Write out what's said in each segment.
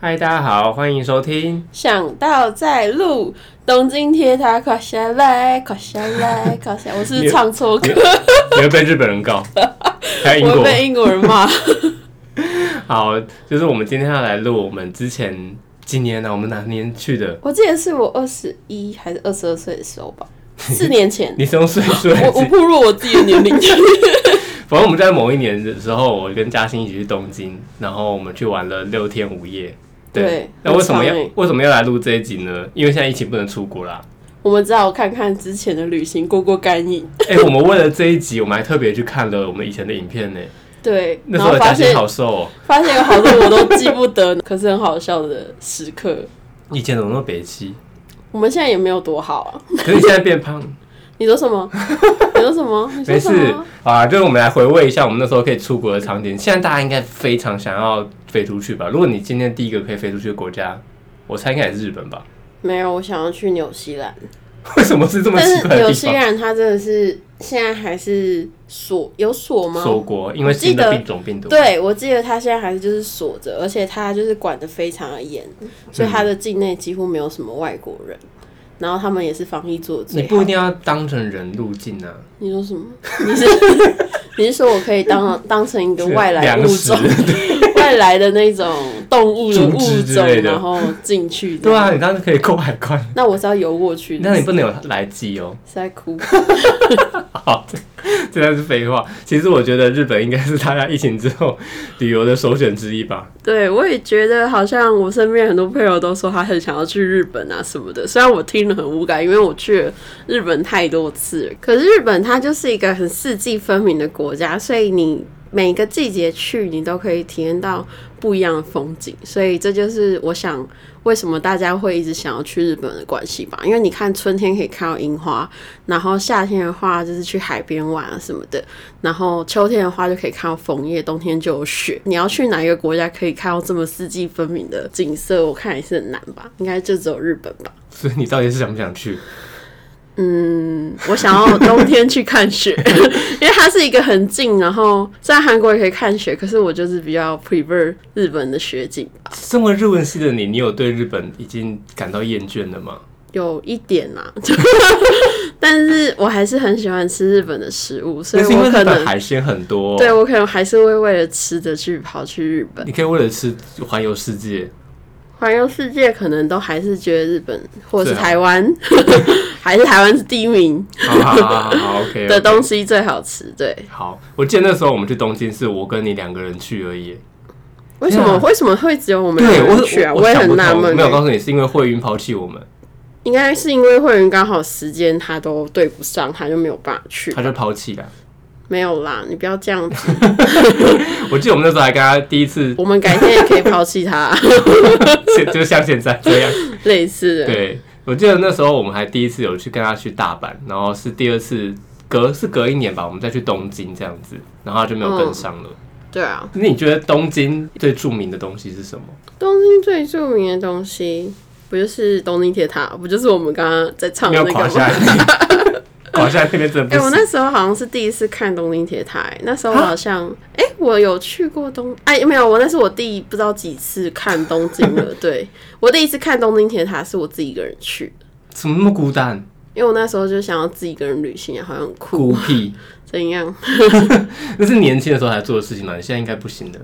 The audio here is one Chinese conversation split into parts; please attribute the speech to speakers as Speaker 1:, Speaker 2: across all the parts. Speaker 1: 嗨，大家好，欢迎收听。
Speaker 2: 想到在录东京铁塔垮下来，垮下来，垮下来。我是不是唱错歌，
Speaker 1: 你会被日本人告， 还有英
Speaker 2: 我
Speaker 1: 国。
Speaker 2: 被英国人 骂。
Speaker 1: 好，就是我们今天要来录我们之前今年啊呢、我们哪年去的？
Speaker 2: 我记得是我二十一还是二十二岁的时候吧，四年前。
Speaker 1: 你是用岁数来
Speaker 2: 我我
Speaker 1: 记？
Speaker 2: 步入我自己的年龄，
Speaker 1: 反正我们在某一年的时候，我跟嘉欣一起去东京，然后我们去玩了六天五夜。
Speaker 2: 对
Speaker 1: 那为什么
Speaker 2: 很
Speaker 1: 要
Speaker 2: 长欸
Speaker 1: 为什么要来录这一集呢？因为现在疫情不能出国啦。
Speaker 2: 我们只好看看之前的旅行过过干瘾。
Speaker 1: 哎、我们为了这一集，我们还特别去看了我们以前的影片呢。
Speaker 2: 对，
Speaker 1: 那
Speaker 2: 然
Speaker 1: 时候
Speaker 2: 后发
Speaker 1: 嘉欣
Speaker 2: 现
Speaker 1: 好瘦、哦，
Speaker 2: 发现有好多我都记不得，可是很好笑的时刻。
Speaker 1: 以前怎么那么北气？
Speaker 2: 我们现在也没有多好啊。
Speaker 1: 可是你现在变胖。
Speaker 2: 你说 什么？你说什么？你说
Speaker 1: 没
Speaker 2: 什
Speaker 1: 事
Speaker 2: 么？
Speaker 1: 啊，就是我们来回味一下我们那时候可以出国的场景。现在大家应该非常想要飞出去吧？如果你今天第一个可以飞出去的国家，我猜应该也是日本吧？
Speaker 2: 没有，我想要去纽西兰。
Speaker 1: 为什么是这么
Speaker 2: 但
Speaker 1: 奇
Speaker 2: 是
Speaker 1: 怪的
Speaker 2: 纽
Speaker 1: 地
Speaker 2: 西
Speaker 1: 方？
Speaker 2: 兰它真的是现在还是锁有锁吗？
Speaker 1: 锁国，因为新的
Speaker 2: 我记得
Speaker 1: 病种病毒。
Speaker 2: 对，我记得它现在还是就是锁着，而且它就是管得非常的严，所以它的境内几乎没有什么外国人。然后他们也是防疫做的
Speaker 1: 你
Speaker 2: 最
Speaker 1: 不
Speaker 2: 好
Speaker 1: 一。定要当成人入境啊，
Speaker 2: 你说什么？你是 你是说我可 以当当成一个外来物
Speaker 1: 粮食
Speaker 2: 种， 外来的那种动物的
Speaker 1: 猪之
Speaker 2: 物
Speaker 1: 之
Speaker 2: 种
Speaker 1: 类，的
Speaker 2: 然后进 去？
Speaker 1: 对啊，，你当时可以过海关，
Speaker 2: 那我是要游过去的。
Speaker 1: 那你不能有来记哦。
Speaker 2: 是在哭？
Speaker 1: 好，这这才是废话。其实我觉得日本应该是大家疫情之后旅游的首选之一吧。
Speaker 2: 对，我也觉得好像我身边很多朋友都说他很想要去日本啊什么的，虽然我听了很无感，因为我去了日本太多次了。可是日本它就是一个很四季分明的国家，所以你每个季节去，你都可以体验到不一样的风景。所以这就是我想为什么大家会一直想要去日本的关系吧。因为你看春天可以看到樱花，然后夏天的话就是去海边玩啊什么的，然后秋天的话就可以看到枫叶，冬天就有雪。你要去哪一个国家可以看到这么四季分明的景色？我看也是很难吧，应该就只有日本吧。
Speaker 1: 所以你到底是想不想去？
Speaker 2: 嗯，我想要冬天去 看雪，因为它是一个很近，然后在韩国也可以看雪，可是我就是比较 prefer 日本的雪景吧，
Speaker 1: 身为日文系的你，你有对日本已经感到厌倦了吗？
Speaker 2: 有一点啦、 就但是我还是很喜欢吃日本的食物，所
Speaker 1: 那
Speaker 2: 以
Speaker 1: 是因为
Speaker 2: 我可
Speaker 1: 日本
Speaker 2: 能
Speaker 1: 海鲜很多、
Speaker 2: 对，我可能还是会为了吃的去跑去日本。
Speaker 1: 你可以为了吃环游世 界。
Speaker 2: 环游世界可能都还是觉得日本或者是
Speaker 1: 对啊
Speaker 2: 台湾， 还是台湾是第一名
Speaker 1: 好好好好好，OK
Speaker 2: 的
Speaker 1: OK。
Speaker 2: 东西最好吃。对，
Speaker 1: 好，我记得那时候我们去东京，是我跟你两个人去而已。
Speaker 2: 为什么为什么会只有我们
Speaker 1: 对，
Speaker 2: 两个
Speaker 1: 我
Speaker 2: 人去啊？
Speaker 1: 我
Speaker 2: 我也
Speaker 1: 想不
Speaker 2: 很纳
Speaker 1: 通
Speaker 2: 闷
Speaker 1: 没有告
Speaker 2: 欸。
Speaker 1: 诉你，是因为慧云抛弃我们，
Speaker 2: 应该是因为会员刚好时间他都对不上，他就没有办法去
Speaker 1: 他。就抛弃了。
Speaker 2: 没有啦，你不要这样子，
Speaker 1: 我记得我们那时候还跟他第一 次，
Speaker 2: 我们改天也可以抛 弃他，
Speaker 1: 现就像现在 这样。
Speaker 2: 类似的。
Speaker 1: 对，我记得那时候我们还第一次有去跟他去大阪，然后是第二次隔是隔一年吧，我们再去东京这样子，然后他就没有
Speaker 2: 嗯
Speaker 1: 跟上了。
Speaker 2: 对啊，
Speaker 1: 那你觉得东京最著名的东西是什么？
Speaker 2: 东京最著名的东西不就是东京铁塔？不就是我们刚刚在唱
Speaker 1: 没
Speaker 2: 的
Speaker 1: 有
Speaker 2: 那
Speaker 1: 垮
Speaker 2: 个
Speaker 1: 下
Speaker 2: 吗？
Speaker 1: 来， 垮下来那边真
Speaker 2: 哎、
Speaker 1: 的不啊
Speaker 2: 我
Speaker 1: 行。
Speaker 2: 那时候好像是第一次看东京铁塔、欸，那时候我好像，哎、我有去过东，哎、没有，我那是我第不知道几次看东京 了。对我第一次看东京铁塔是我自己一个人去的，
Speaker 1: 怎么那么孤单？
Speaker 2: 因为我那时候就想要自己一个人旅行，好像很酷，
Speaker 1: 孤僻，
Speaker 2: 怎样
Speaker 1: 那是年轻的时候才做的事情嘛，你现在应该不行的。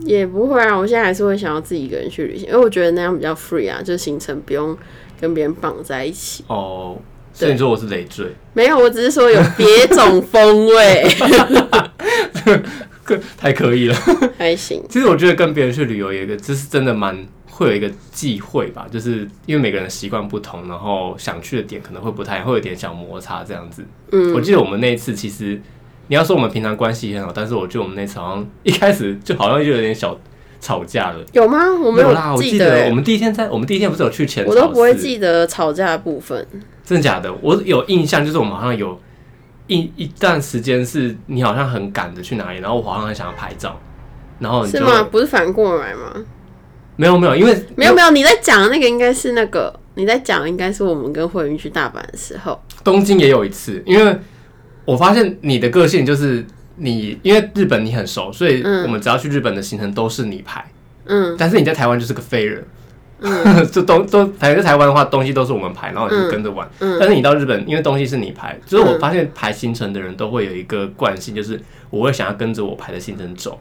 Speaker 2: 也不会啊。我现在还是会想要自己一个人去旅行，因为我觉得那样比较 free 啊，就是行程不用跟别人绑在一起。
Speaker 1: 哦，所以你说我是累赘，
Speaker 2: 没有，我只是说有别种风味，
Speaker 1: 可太可以了。
Speaker 2: 还行。
Speaker 1: 其实我觉得跟别人去旅游有一个，这是真的蛮会有一个忌讳吧，就是因为每个人的习惯不同，然后想去的点可能会不太一样，会有点小摩擦这样子。
Speaker 2: 嗯
Speaker 1: 我记得我们那一次其实，你要说我们平常关系很好，但是我觉得我们那次好像一开始就好像就有点小吵架了。
Speaker 2: 有吗？我没
Speaker 1: 没有啦，我
Speaker 2: 记
Speaker 1: 得
Speaker 2: 得、欸
Speaker 1: 我们第一天在我们第一天不是有去前
Speaker 2: 我都不会记得吵架的部分。
Speaker 1: 真的假的？我有印象，就是我们好像有一一段时间是你好像很赶着去哪里，然后我好像很想要拍照，然哦后你
Speaker 2: 是
Speaker 1: 就
Speaker 2: 吗？不是反过来吗？
Speaker 1: 没有没有，因为
Speaker 2: 没有没有，你在讲的那个应该是那个，你在讲的应该是我们跟慧云去大阪的时候，
Speaker 1: 东京也有一次，因为我发现你的个性就是你，因为日本你很熟，所以
Speaker 2: 嗯
Speaker 1: 我们只要去日本的行程都是你排。
Speaker 2: 嗯
Speaker 1: 但是你在台湾就是个废人。 就东都反正在台湾的话，东西都是我们排，然后你就跟着玩。
Speaker 2: 嗯
Speaker 1: 但是你到日本，因为东西是你排，就是我发现排行程的人都会有一个惯性，就是我会想要跟着我排的行程走。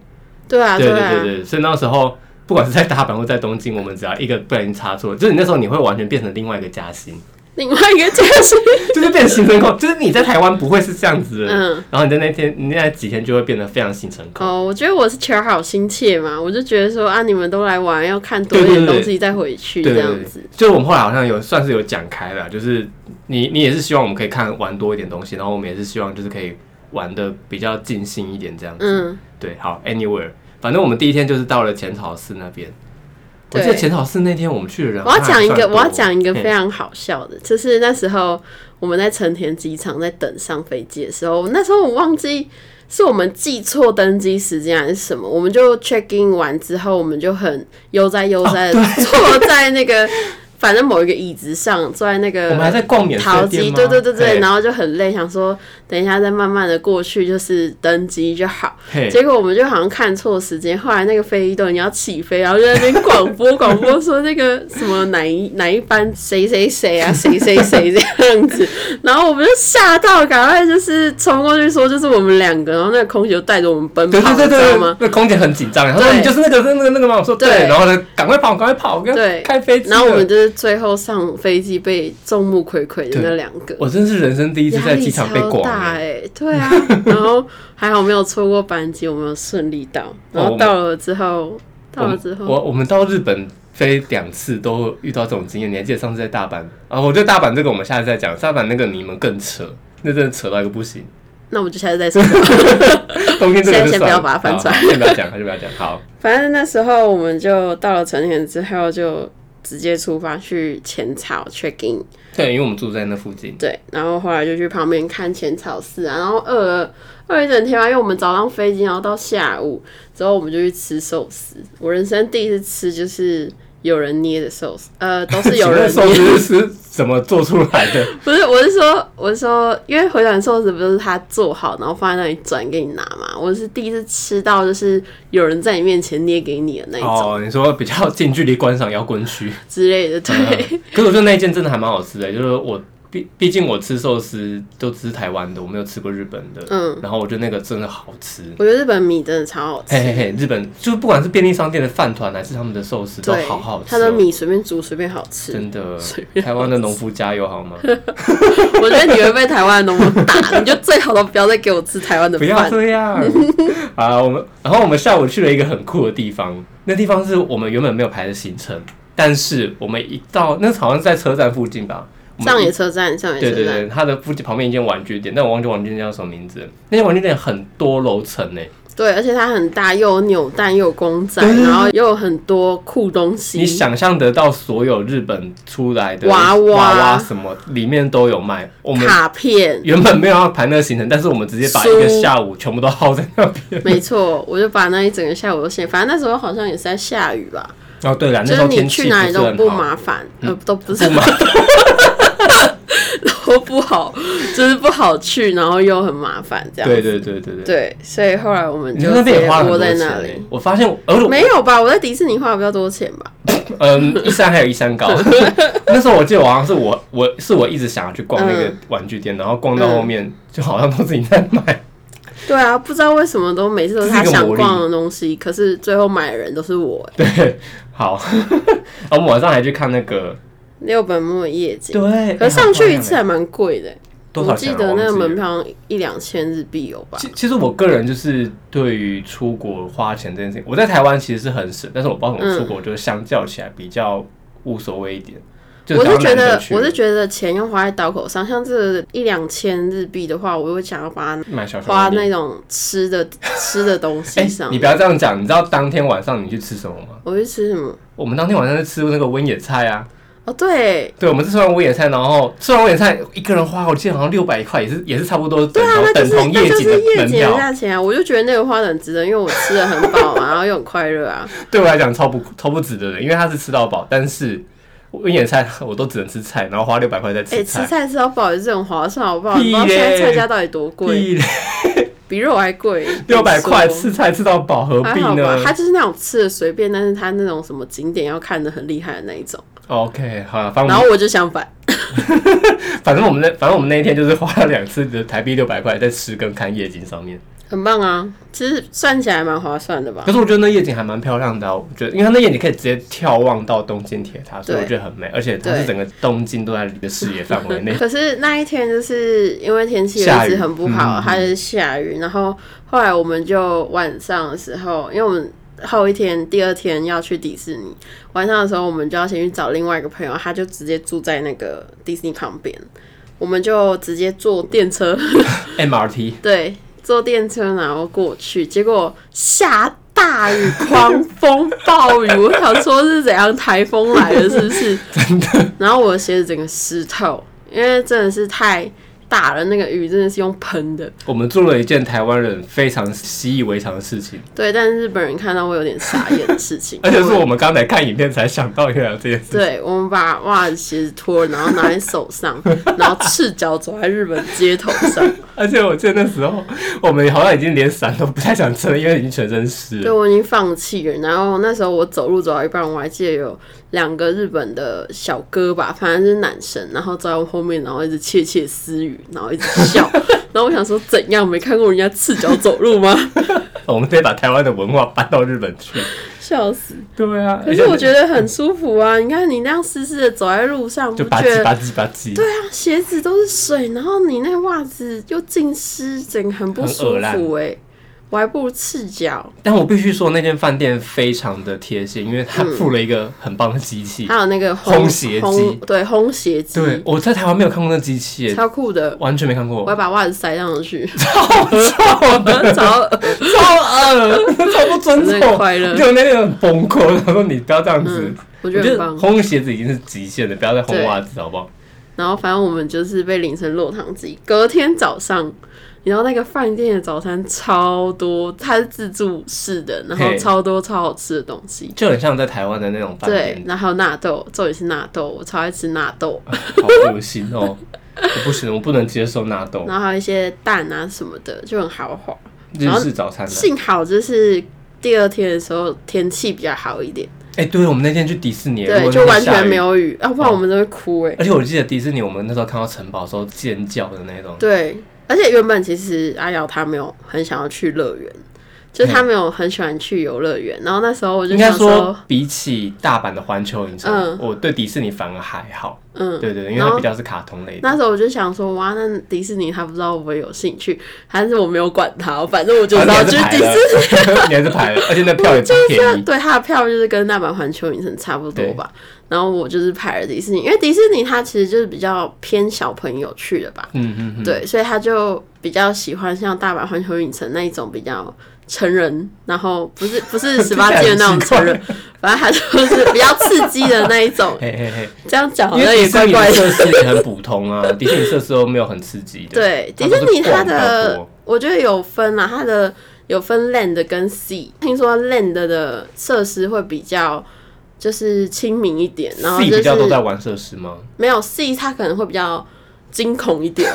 Speaker 2: 对啊，
Speaker 1: 对
Speaker 2: 啊，
Speaker 1: 对对，所以那时候不管是在大阪或在东京，我们只要一个不小心插错，就是你那时候你会完全变成另外一个嘉 兴，
Speaker 2: 另外一个解释，
Speaker 1: 就是变成行程控，就是你在台湾不会是这样子的人，
Speaker 2: 嗯。
Speaker 1: 然后你在那天你那几天就会变得非常行程控。
Speaker 2: 哦，我觉得我是求好心切嘛，我就觉得说啊，你们都来玩，要看多一
Speaker 1: 对对
Speaker 2: 点
Speaker 1: 对
Speaker 2: 东西再回去
Speaker 1: 对
Speaker 2: 这
Speaker 1: 对
Speaker 2: 样
Speaker 1: 对
Speaker 2: 子。，
Speaker 1: 就是我们后来好像有算是有讲开了，就是你你也是希望我们可以看玩多一点东西，然后我们也是希望就是可以玩的比较尽兴一点这样子。
Speaker 2: 嗯，
Speaker 1: 对，好，anywhere，反正我们第一天就是到了浅草寺那边。我记得
Speaker 2: 对
Speaker 1: 浅草寺那天我们去的人，
Speaker 2: 我要讲一个，我要讲一个
Speaker 1: 嘿
Speaker 2: 非常好笑的，就是那时候我们在成田机场在等上飞机的时候，那时候我忘记是我们记错登机时间还是什么，我们就 check in 完之后，我们就很悠哉悠
Speaker 1: 哦
Speaker 2: 哉的坐在那个反正某一个椅子上，坐在那个
Speaker 1: 我们还在逛免税
Speaker 2: 淘
Speaker 1: 店
Speaker 2: 机，
Speaker 1: 吗
Speaker 2: 对对对对，
Speaker 1: 嘿
Speaker 2: 然后就很累，想说等一下再慢慢的过去，就是登机就好。
Speaker 1: 嘿，
Speaker 2: 结果我们就好像看错时间，后来那个飞机都已经要起飞，然后就在那边广播广播说那个什么哪一哪一班谁谁谁啊谁谁谁这样子，然后我们就吓到，赶快就是冲过去说就是我们两个，然后那个空姐就带着我们奔
Speaker 1: 对
Speaker 2: 跑，
Speaker 1: 对对
Speaker 2: 你知道
Speaker 1: 对
Speaker 2: 吗
Speaker 1: 对，？那空姐很紧张，然后说
Speaker 2: 对
Speaker 1: 你就是那个那个那个吗？我说对，
Speaker 2: 对
Speaker 1: 然后呢，赶快跑，赶快跑，赶快
Speaker 2: 对
Speaker 1: 开飞机了。
Speaker 2: 然后我们就是最后上飞机被众目睽睽的那两个，
Speaker 1: 我真是人生第一次
Speaker 2: 压
Speaker 1: 在
Speaker 2: 力
Speaker 1: 机
Speaker 2: 超
Speaker 1: 场被广
Speaker 2: 大
Speaker 1: 欸，
Speaker 2: 哎、对啊，然后还好没有错过班机，我们有顺利到，然后到了之后，
Speaker 1: 我
Speaker 2: 到了
Speaker 1: 们
Speaker 2: 之后，
Speaker 1: 我我们到日本飞两次都遇到这种经验，你还记得上次在大阪啊？我觉得大阪这个我们下次再讲，大阪那个你们更扯，那真的扯到一个不 行。
Speaker 2: 那我们就下次再说。
Speaker 1: 东京这个
Speaker 2: 现在
Speaker 1: 就
Speaker 2: 先
Speaker 1: 算了，
Speaker 2: 不要把它翻
Speaker 1: 好
Speaker 2: 出来
Speaker 1: 好先不要讲， 先不要讲。好，
Speaker 2: 反正那时候我们就到了成田之后，就直接出发去浅草 check in，
Speaker 1: 对，因为我们住在那附近，
Speaker 2: 对，然后后来就去旁边看浅草寺啊，然后饿了饿一整天啊嘛，因为我们早上飞机，然后到下午之后我们就去吃寿司，我人生第一次吃就是。有人捏的寿司，呃，都是有人
Speaker 1: 请问
Speaker 2: 捏
Speaker 1: 寿司是怎么做出来的？
Speaker 2: 不是，我是说，我是说，因为回转寿司不是他做好，然后放在那里转给你拿嘛。我是第一次吃到，就是有人在你面前捏给你的那一种
Speaker 1: 哦，你说比较近距离观赏摇滚区。
Speaker 2: 之类的，对，
Speaker 1: 嗯可是我觉得那一件真的还蛮好吃的，就是我毕毕竟我吃寿司都吃台湾的，我没有吃过日本的。
Speaker 2: 嗯，
Speaker 1: 然后我觉得那个真的好吃，
Speaker 2: 我觉得日本米真的超好吃，
Speaker 1: 嘿嘿嘿，日本就是不管是便利商店的饭团还是他们的寿司都
Speaker 2: 对，
Speaker 1: 好好吃、
Speaker 2: 它
Speaker 1: 哦，
Speaker 2: 的米随便煮随便好吃，
Speaker 1: 真的
Speaker 2: 随。
Speaker 1: 台湾的农夫加油好 吗？
Speaker 2: 我觉得你会被台湾的农夫打，你就最好都不要再给我吃台湾的
Speaker 1: 不要
Speaker 2: 饭。
Speaker 1: 这样啊！我们然后我们下午去了一个很酷的地方，那地方是我们原本没有排的行程，但是我们一到那好像是在车站附近吧，我们
Speaker 2: 上
Speaker 1: 一
Speaker 2: 野车站，上野
Speaker 1: 对
Speaker 2: 车
Speaker 1: 对
Speaker 2: 站，
Speaker 1: 对，它的附近旁边一间玩具店，但我忘记玩具店叫什么名字了。那间玩具店很多楼层欸呢，
Speaker 2: 对，而且它很大，又有扭蛋，又有公仔，
Speaker 1: 对对对
Speaker 2: 然后又有很多酷东西。
Speaker 1: 嗯你想象得到所有日本出来的
Speaker 2: 娃娃
Speaker 1: 娃娃什么里面都有卖。我们
Speaker 2: 卡片，
Speaker 1: 原本没有要排那个行程，但是我们直接把一个
Speaker 2: 书
Speaker 1: 下午全部都耗在那边。
Speaker 2: 没错，我就把那一整个下午都写，反正那时候好像也是在下雨吧，
Speaker 1: 哦，对了，那
Speaker 2: 就
Speaker 1: 时
Speaker 2: 是
Speaker 1: 候
Speaker 2: 你
Speaker 1: 天气
Speaker 2: 去哪里
Speaker 1: 是
Speaker 2: 都
Speaker 1: 很
Speaker 2: 不
Speaker 1: 好。嗯
Speaker 2: 麻烦，呃，都不是
Speaker 1: 不麻
Speaker 2: 都不好，就是不好去，然后又很麻烦这样。
Speaker 1: 对对对对对。
Speaker 2: 对，所以后来我们
Speaker 1: 你
Speaker 2: 就
Speaker 1: 在那
Speaker 2: 直
Speaker 1: 边
Speaker 2: 接
Speaker 1: 也花了很
Speaker 2: 窝
Speaker 1: 多
Speaker 2: 在
Speaker 1: 钱
Speaker 2: 那
Speaker 1: 欸
Speaker 2: 里。
Speaker 1: 我发现，而我
Speaker 2: 没有吧？我在迪士尼花了比较多钱吧？
Speaker 1: 嗯，一山还有一山 高。那时候我记得，好像是我我是我一直想要去逛那个
Speaker 2: 嗯
Speaker 1: 玩具店，然后逛到后面就好像都自己在买。
Speaker 2: 对啊，不知道为什么都每次都是
Speaker 1: 这是
Speaker 2: 他
Speaker 1: 一个
Speaker 2: 想
Speaker 1: 魔力
Speaker 2: 逛的东西，可是最后买的人都是我欸。
Speaker 1: 对，好， 然后我们晚上还去看那个，
Speaker 2: 六本木的夜景，
Speaker 1: 对啊
Speaker 2: 可是上去一次还蛮贵的欸，
Speaker 1: 多
Speaker 2: 我
Speaker 1: 少钱
Speaker 2: 记
Speaker 1: 啊？
Speaker 2: 得
Speaker 1: 忘
Speaker 2: 那个
Speaker 1: 记了。
Speaker 2: 门票一两千日币有吧？
Speaker 1: 其其实我个人就是对于出国花钱这件事情，我在台湾其实是很省，但是我不知道为什么出国就是相较起来比较无所谓一点。就
Speaker 2: 我
Speaker 1: 只要
Speaker 2: 是觉
Speaker 1: 懒
Speaker 2: 得，
Speaker 1: 去
Speaker 2: 我是觉得钱要花在刀口上，像这一两千日币的话，我会想要把它
Speaker 1: 买小熊
Speaker 2: 花
Speaker 1: 礼
Speaker 2: 那种吃的吃的东西
Speaker 1: 哎、
Speaker 2: 上
Speaker 1: 你
Speaker 2: 面。
Speaker 1: 不要这样讲，你知道当天晚上你去吃什么吗？
Speaker 2: 我去吃什么？
Speaker 1: 我们当天晚上是吃那个温野菜啊，
Speaker 2: 哦，对，
Speaker 1: 对，我们是吃完温野菜，然后吃完温野菜，一个人花我记得好像六百块，也是也是差不多等
Speaker 2: 对啊，
Speaker 1: 同、
Speaker 2: 那就
Speaker 1: 等
Speaker 2: 是
Speaker 1: 同
Speaker 2: 那
Speaker 1: 夜
Speaker 2: 就
Speaker 1: 景
Speaker 2: 是
Speaker 1: 的
Speaker 2: 夜
Speaker 1: 门
Speaker 2: 景的
Speaker 1: 票，
Speaker 2: 价钱啊！我就觉得那个花很值得，因为我吃的很饱啊，然后又很快乐啊。
Speaker 1: 对我来讲超不超不值得的，因为它是吃到饱，但是温野菜我都只能吃菜，然后花六百块在
Speaker 2: 哎、
Speaker 1: 吃
Speaker 2: 吃
Speaker 1: 菜，
Speaker 2: 菜吃到饱也是很划算，好不好？你
Speaker 1: 屁
Speaker 2: 不知道现在
Speaker 1: 嘞
Speaker 2: 菜价到底多贵。
Speaker 1: 屁嘞
Speaker 2: 比肉还贵，
Speaker 1: 六百块
Speaker 2: 跟你说
Speaker 1: 吃菜吃到饱，何
Speaker 2: 还
Speaker 1: 必
Speaker 2: 好吧
Speaker 1: 呢？
Speaker 2: 它就是那种吃的随便，但是它那种什么景点要看的很厉害的那一
Speaker 1: 嗯
Speaker 2: 种。
Speaker 1: OK，好了，反正
Speaker 2: 然
Speaker 1: 我
Speaker 2: 后
Speaker 1: 们
Speaker 2: 我就相反，
Speaker 1: 反正我们那反正我们那一天就是花了两次的台币六百块在吃跟看夜景上面。
Speaker 2: 很棒啊！其实算起来蛮划算的吧
Speaker 1: 可。是我觉得那夜景还蛮漂亮的啊、我觉得因为它那夜景可以直接眺望到东京铁塔，所以
Speaker 2: 对
Speaker 1: 我觉得很美，而且它是
Speaker 2: 对
Speaker 1: 整个东京都在你的视野范围 内。
Speaker 2: 可是那一天就是因为天气
Speaker 1: 下
Speaker 2: 一直
Speaker 1: 雨
Speaker 2: 很不好，
Speaker 1: 嗯
Speaker 2: 它是下雨，然后后来我们就晚上的时候，因为我们后一天、第二天要去迪士尼，晚上的时候我们就要先去找另外一个朋友，他就直接住在那个迪士尼旁边，我们就直接坐电车，
Speaker 1: MRT
Speaker 2: 对，坐电车然后过去，结果下大雨、狂风、暴雨，我想说是怎样台风来了，是不是？
Speaker 1: 真的
Speaker 2: 然后我的鞋子整个湿透，因为真的是太大了，那个雨真的是用喷的。
Speaker 1: 我们做了一件台湾人非常习以为常的事情，，
Speaker 2: 对，但是日本人看到我有点傻眼的事情
Speaker 1: 而且是我们刚才看影片才想到原来有这件事。
Speaker 2: 对我们把袜子、鞋子脱了，然后拿在手上， 然后赤脚走在日本街头 上。
Speaker 1: 而且我记得那时候我们好像已经连伞都不太想撑了，因为已经全身湿
Speaker 2: 对，
Speaker 1: 了。
Speaker 2: 我已经放弃了。然后那时候我走路走到一半，我还记得有两个日本的小哥吧，反正是男生，然后走在我后面，然后一直窃窃私语，然后一直 笑。然后我想说，怎样没看过人家赤脚走路吗？
Speaker 1: 我们得把台湾的文化搬到日本去。
Speaker 2: 笑死！
Speaker 1: 对啊，
Speaker 2: 可是我觉得很舒服啊！你看你那样湿湿的走在路上，
Speaker 1: 嗯就
Speaker 2: 不
Speaker 1: 吧
Speaker 2: 觉
Speaker 1: 唧
Speaker 2: 得
Speaker 1: 吧唧吧唧，
Speaker 2: 对啊，鞋子都是水，然后你那袜子又浸湿，整个很不
Speaker 1: 很
Speaker 2: 舒
Speaker 1: 恶烂嗯
Speaker 2: 服哎、我还不如赤脚。
Speaker 1: 但我必须说，那间饭店非常的贴心，因为它
Speaker 2: 嗯
Speaker 1: 附了一个很棒的机器。
Speaker 2: 还有那个
Speaker 1: 烘鞋机
Speaker 2: 烘对烘鞋机，
Speaker 1: 对，我在台湾没有看过那机器耶，
Speaker 2: 超酷的。
Speaker 1: 完全没看过
Speaker 2: 我还。把袜子塞上去，
Speaker 1: 好臭的，
Speaker 2: 超恶
Speaker 1: 超恶， 超不尊
Speaker 2: 那个
Speaker 1: 重，
Speaker 2: 快乐嗯
Speaker 1: 就那个很崩溃。我想说你不要这样子，
Speaker 2: 我觉
Speaker 1: 我
Speaker 2: 得
Speaker 1: 觉得
Speaker 2: 很棒。
Speaker 1: 烘鞋子已经是极限了，不要再烘
Speaker 2: 对
Speaker 1: 袜子好不好？
Speaker 2: 然后反正我们就是被淋成落汤鸡。隔天早上，你知道那个饭店的早餐超多，它是自助式的，然后
Speaker 1: 嘿
Speaker 2: 超多超好吃的东西。
Speaker 1: 就很像在台湾的那种饭
Speaker 2: 对
Speaker 1: 店，， 哦
Speaker 2: 然后纳豆，重点是纳豆，我超爱吃纳豆。
Speaker 1: 好恶心哦！我不行，我不能接受纳豆，
Speaker 2: 然后还有一些蛋啊什么的，就很豪华。
Speaker 1: 日
Speaker 2: 然后
Speaker 1: 式早餐的。
Speaker 2: 幸好就是第二天的时候天气比较好一点，
Speaker 1: 哎，对，我们那天去迪士尼，如
Speaker 2: 对，
Speaker 1: 果
Speaker 2: 就
Speaker 1: 那天
Speaker 2: 完
Speaker 1: 下
Speaker 2: 全
Speaker 1: 雨哦
Speaker 2: 没有雨，啊要、不然我们都会哭哎、
Speaker 1: 而且我记得迪士尼，我们那时候看到城堡的时候尖叫的那种，
Speaker 2: 对，而且原本其实阿瑶她没有很想要去乐园，就是她没有很喜欢去游乐园。然后那时候我就
Speaker 1: 应该
Speaker 2: 想
Speaker 1: 说比起大阪的环球影城，
Speaker 2: 嗯
Speaker 1: 我对迪士尼反而还好。
Speaker 2: 嗯，
Speaker 1: 对对对，因为
Speaker 2: 然
Speaker 1: 它
Speaker 2: 后
Speaker 1: 比较是卡通类的。
Speaker 2: 那时候我就想说，哇，那迪士尼她不知道我会有兴趣，还是我没有管她，反正我就知道
Speaker 1: 反
Speaker 2: 去
Speaker 1: 正你还
Speaker 2: 迪
Speaker 1: 是排
Speaker 2: 士尼。
Speaker 1: 了， 你还是排了，而且那票也不便宜。
Speaker 2: 对，它的票就是跟大阪环球影城差不多吧。然后我就是排了迪士尼，因为迪士尼它其实就是比较偏小朋友去的吧。
Speaker 1: 嗯嗯嗯，。
Speaker 2: 对，所以他就比较喜欢像大阪环球影城那一种比较成人，然后不是不是十八禁的那种成人，反正他就是比较刺激的那一种
Speaker 1: 嘿嘿嘿，
Speaker 2: 这样讲好
Speaker 1: 因
Speaker 2: 像
Speaker 1: 为迪
Speaker 2: 也
Speaker 1: 士
Speaker 2: 怪
Speaker 1: 尼
Speaker 2: 怪
Speaker 1: 的
Speaker 2: 的。
Speaker 1: 设施也很普通啊，迪士尼设施都没有很刺激的。，
Speaker 2: 对，
Speaker 1: 它
Speaker 2: 迪
Speaker 1: 都
Speaker 2: 士
Speaker 1: 是
Speaker 2: 尼它
Speaker 1: 逛比较
Speaker 2: 的
Speaker 1: 多
Speaker 2: 我觉得有分啊，它的有分 land 跟 sea。听说 land 的设施会比较就是亲民一点，然后
Speaker 1: 自己
Speaker 2: 就
Speaker 1: 比较都在
Speaker 2: 是
Speaker 1: 玩设施吗？
Speaker 2: 没有 sea 它可能会比较惊恐一 点，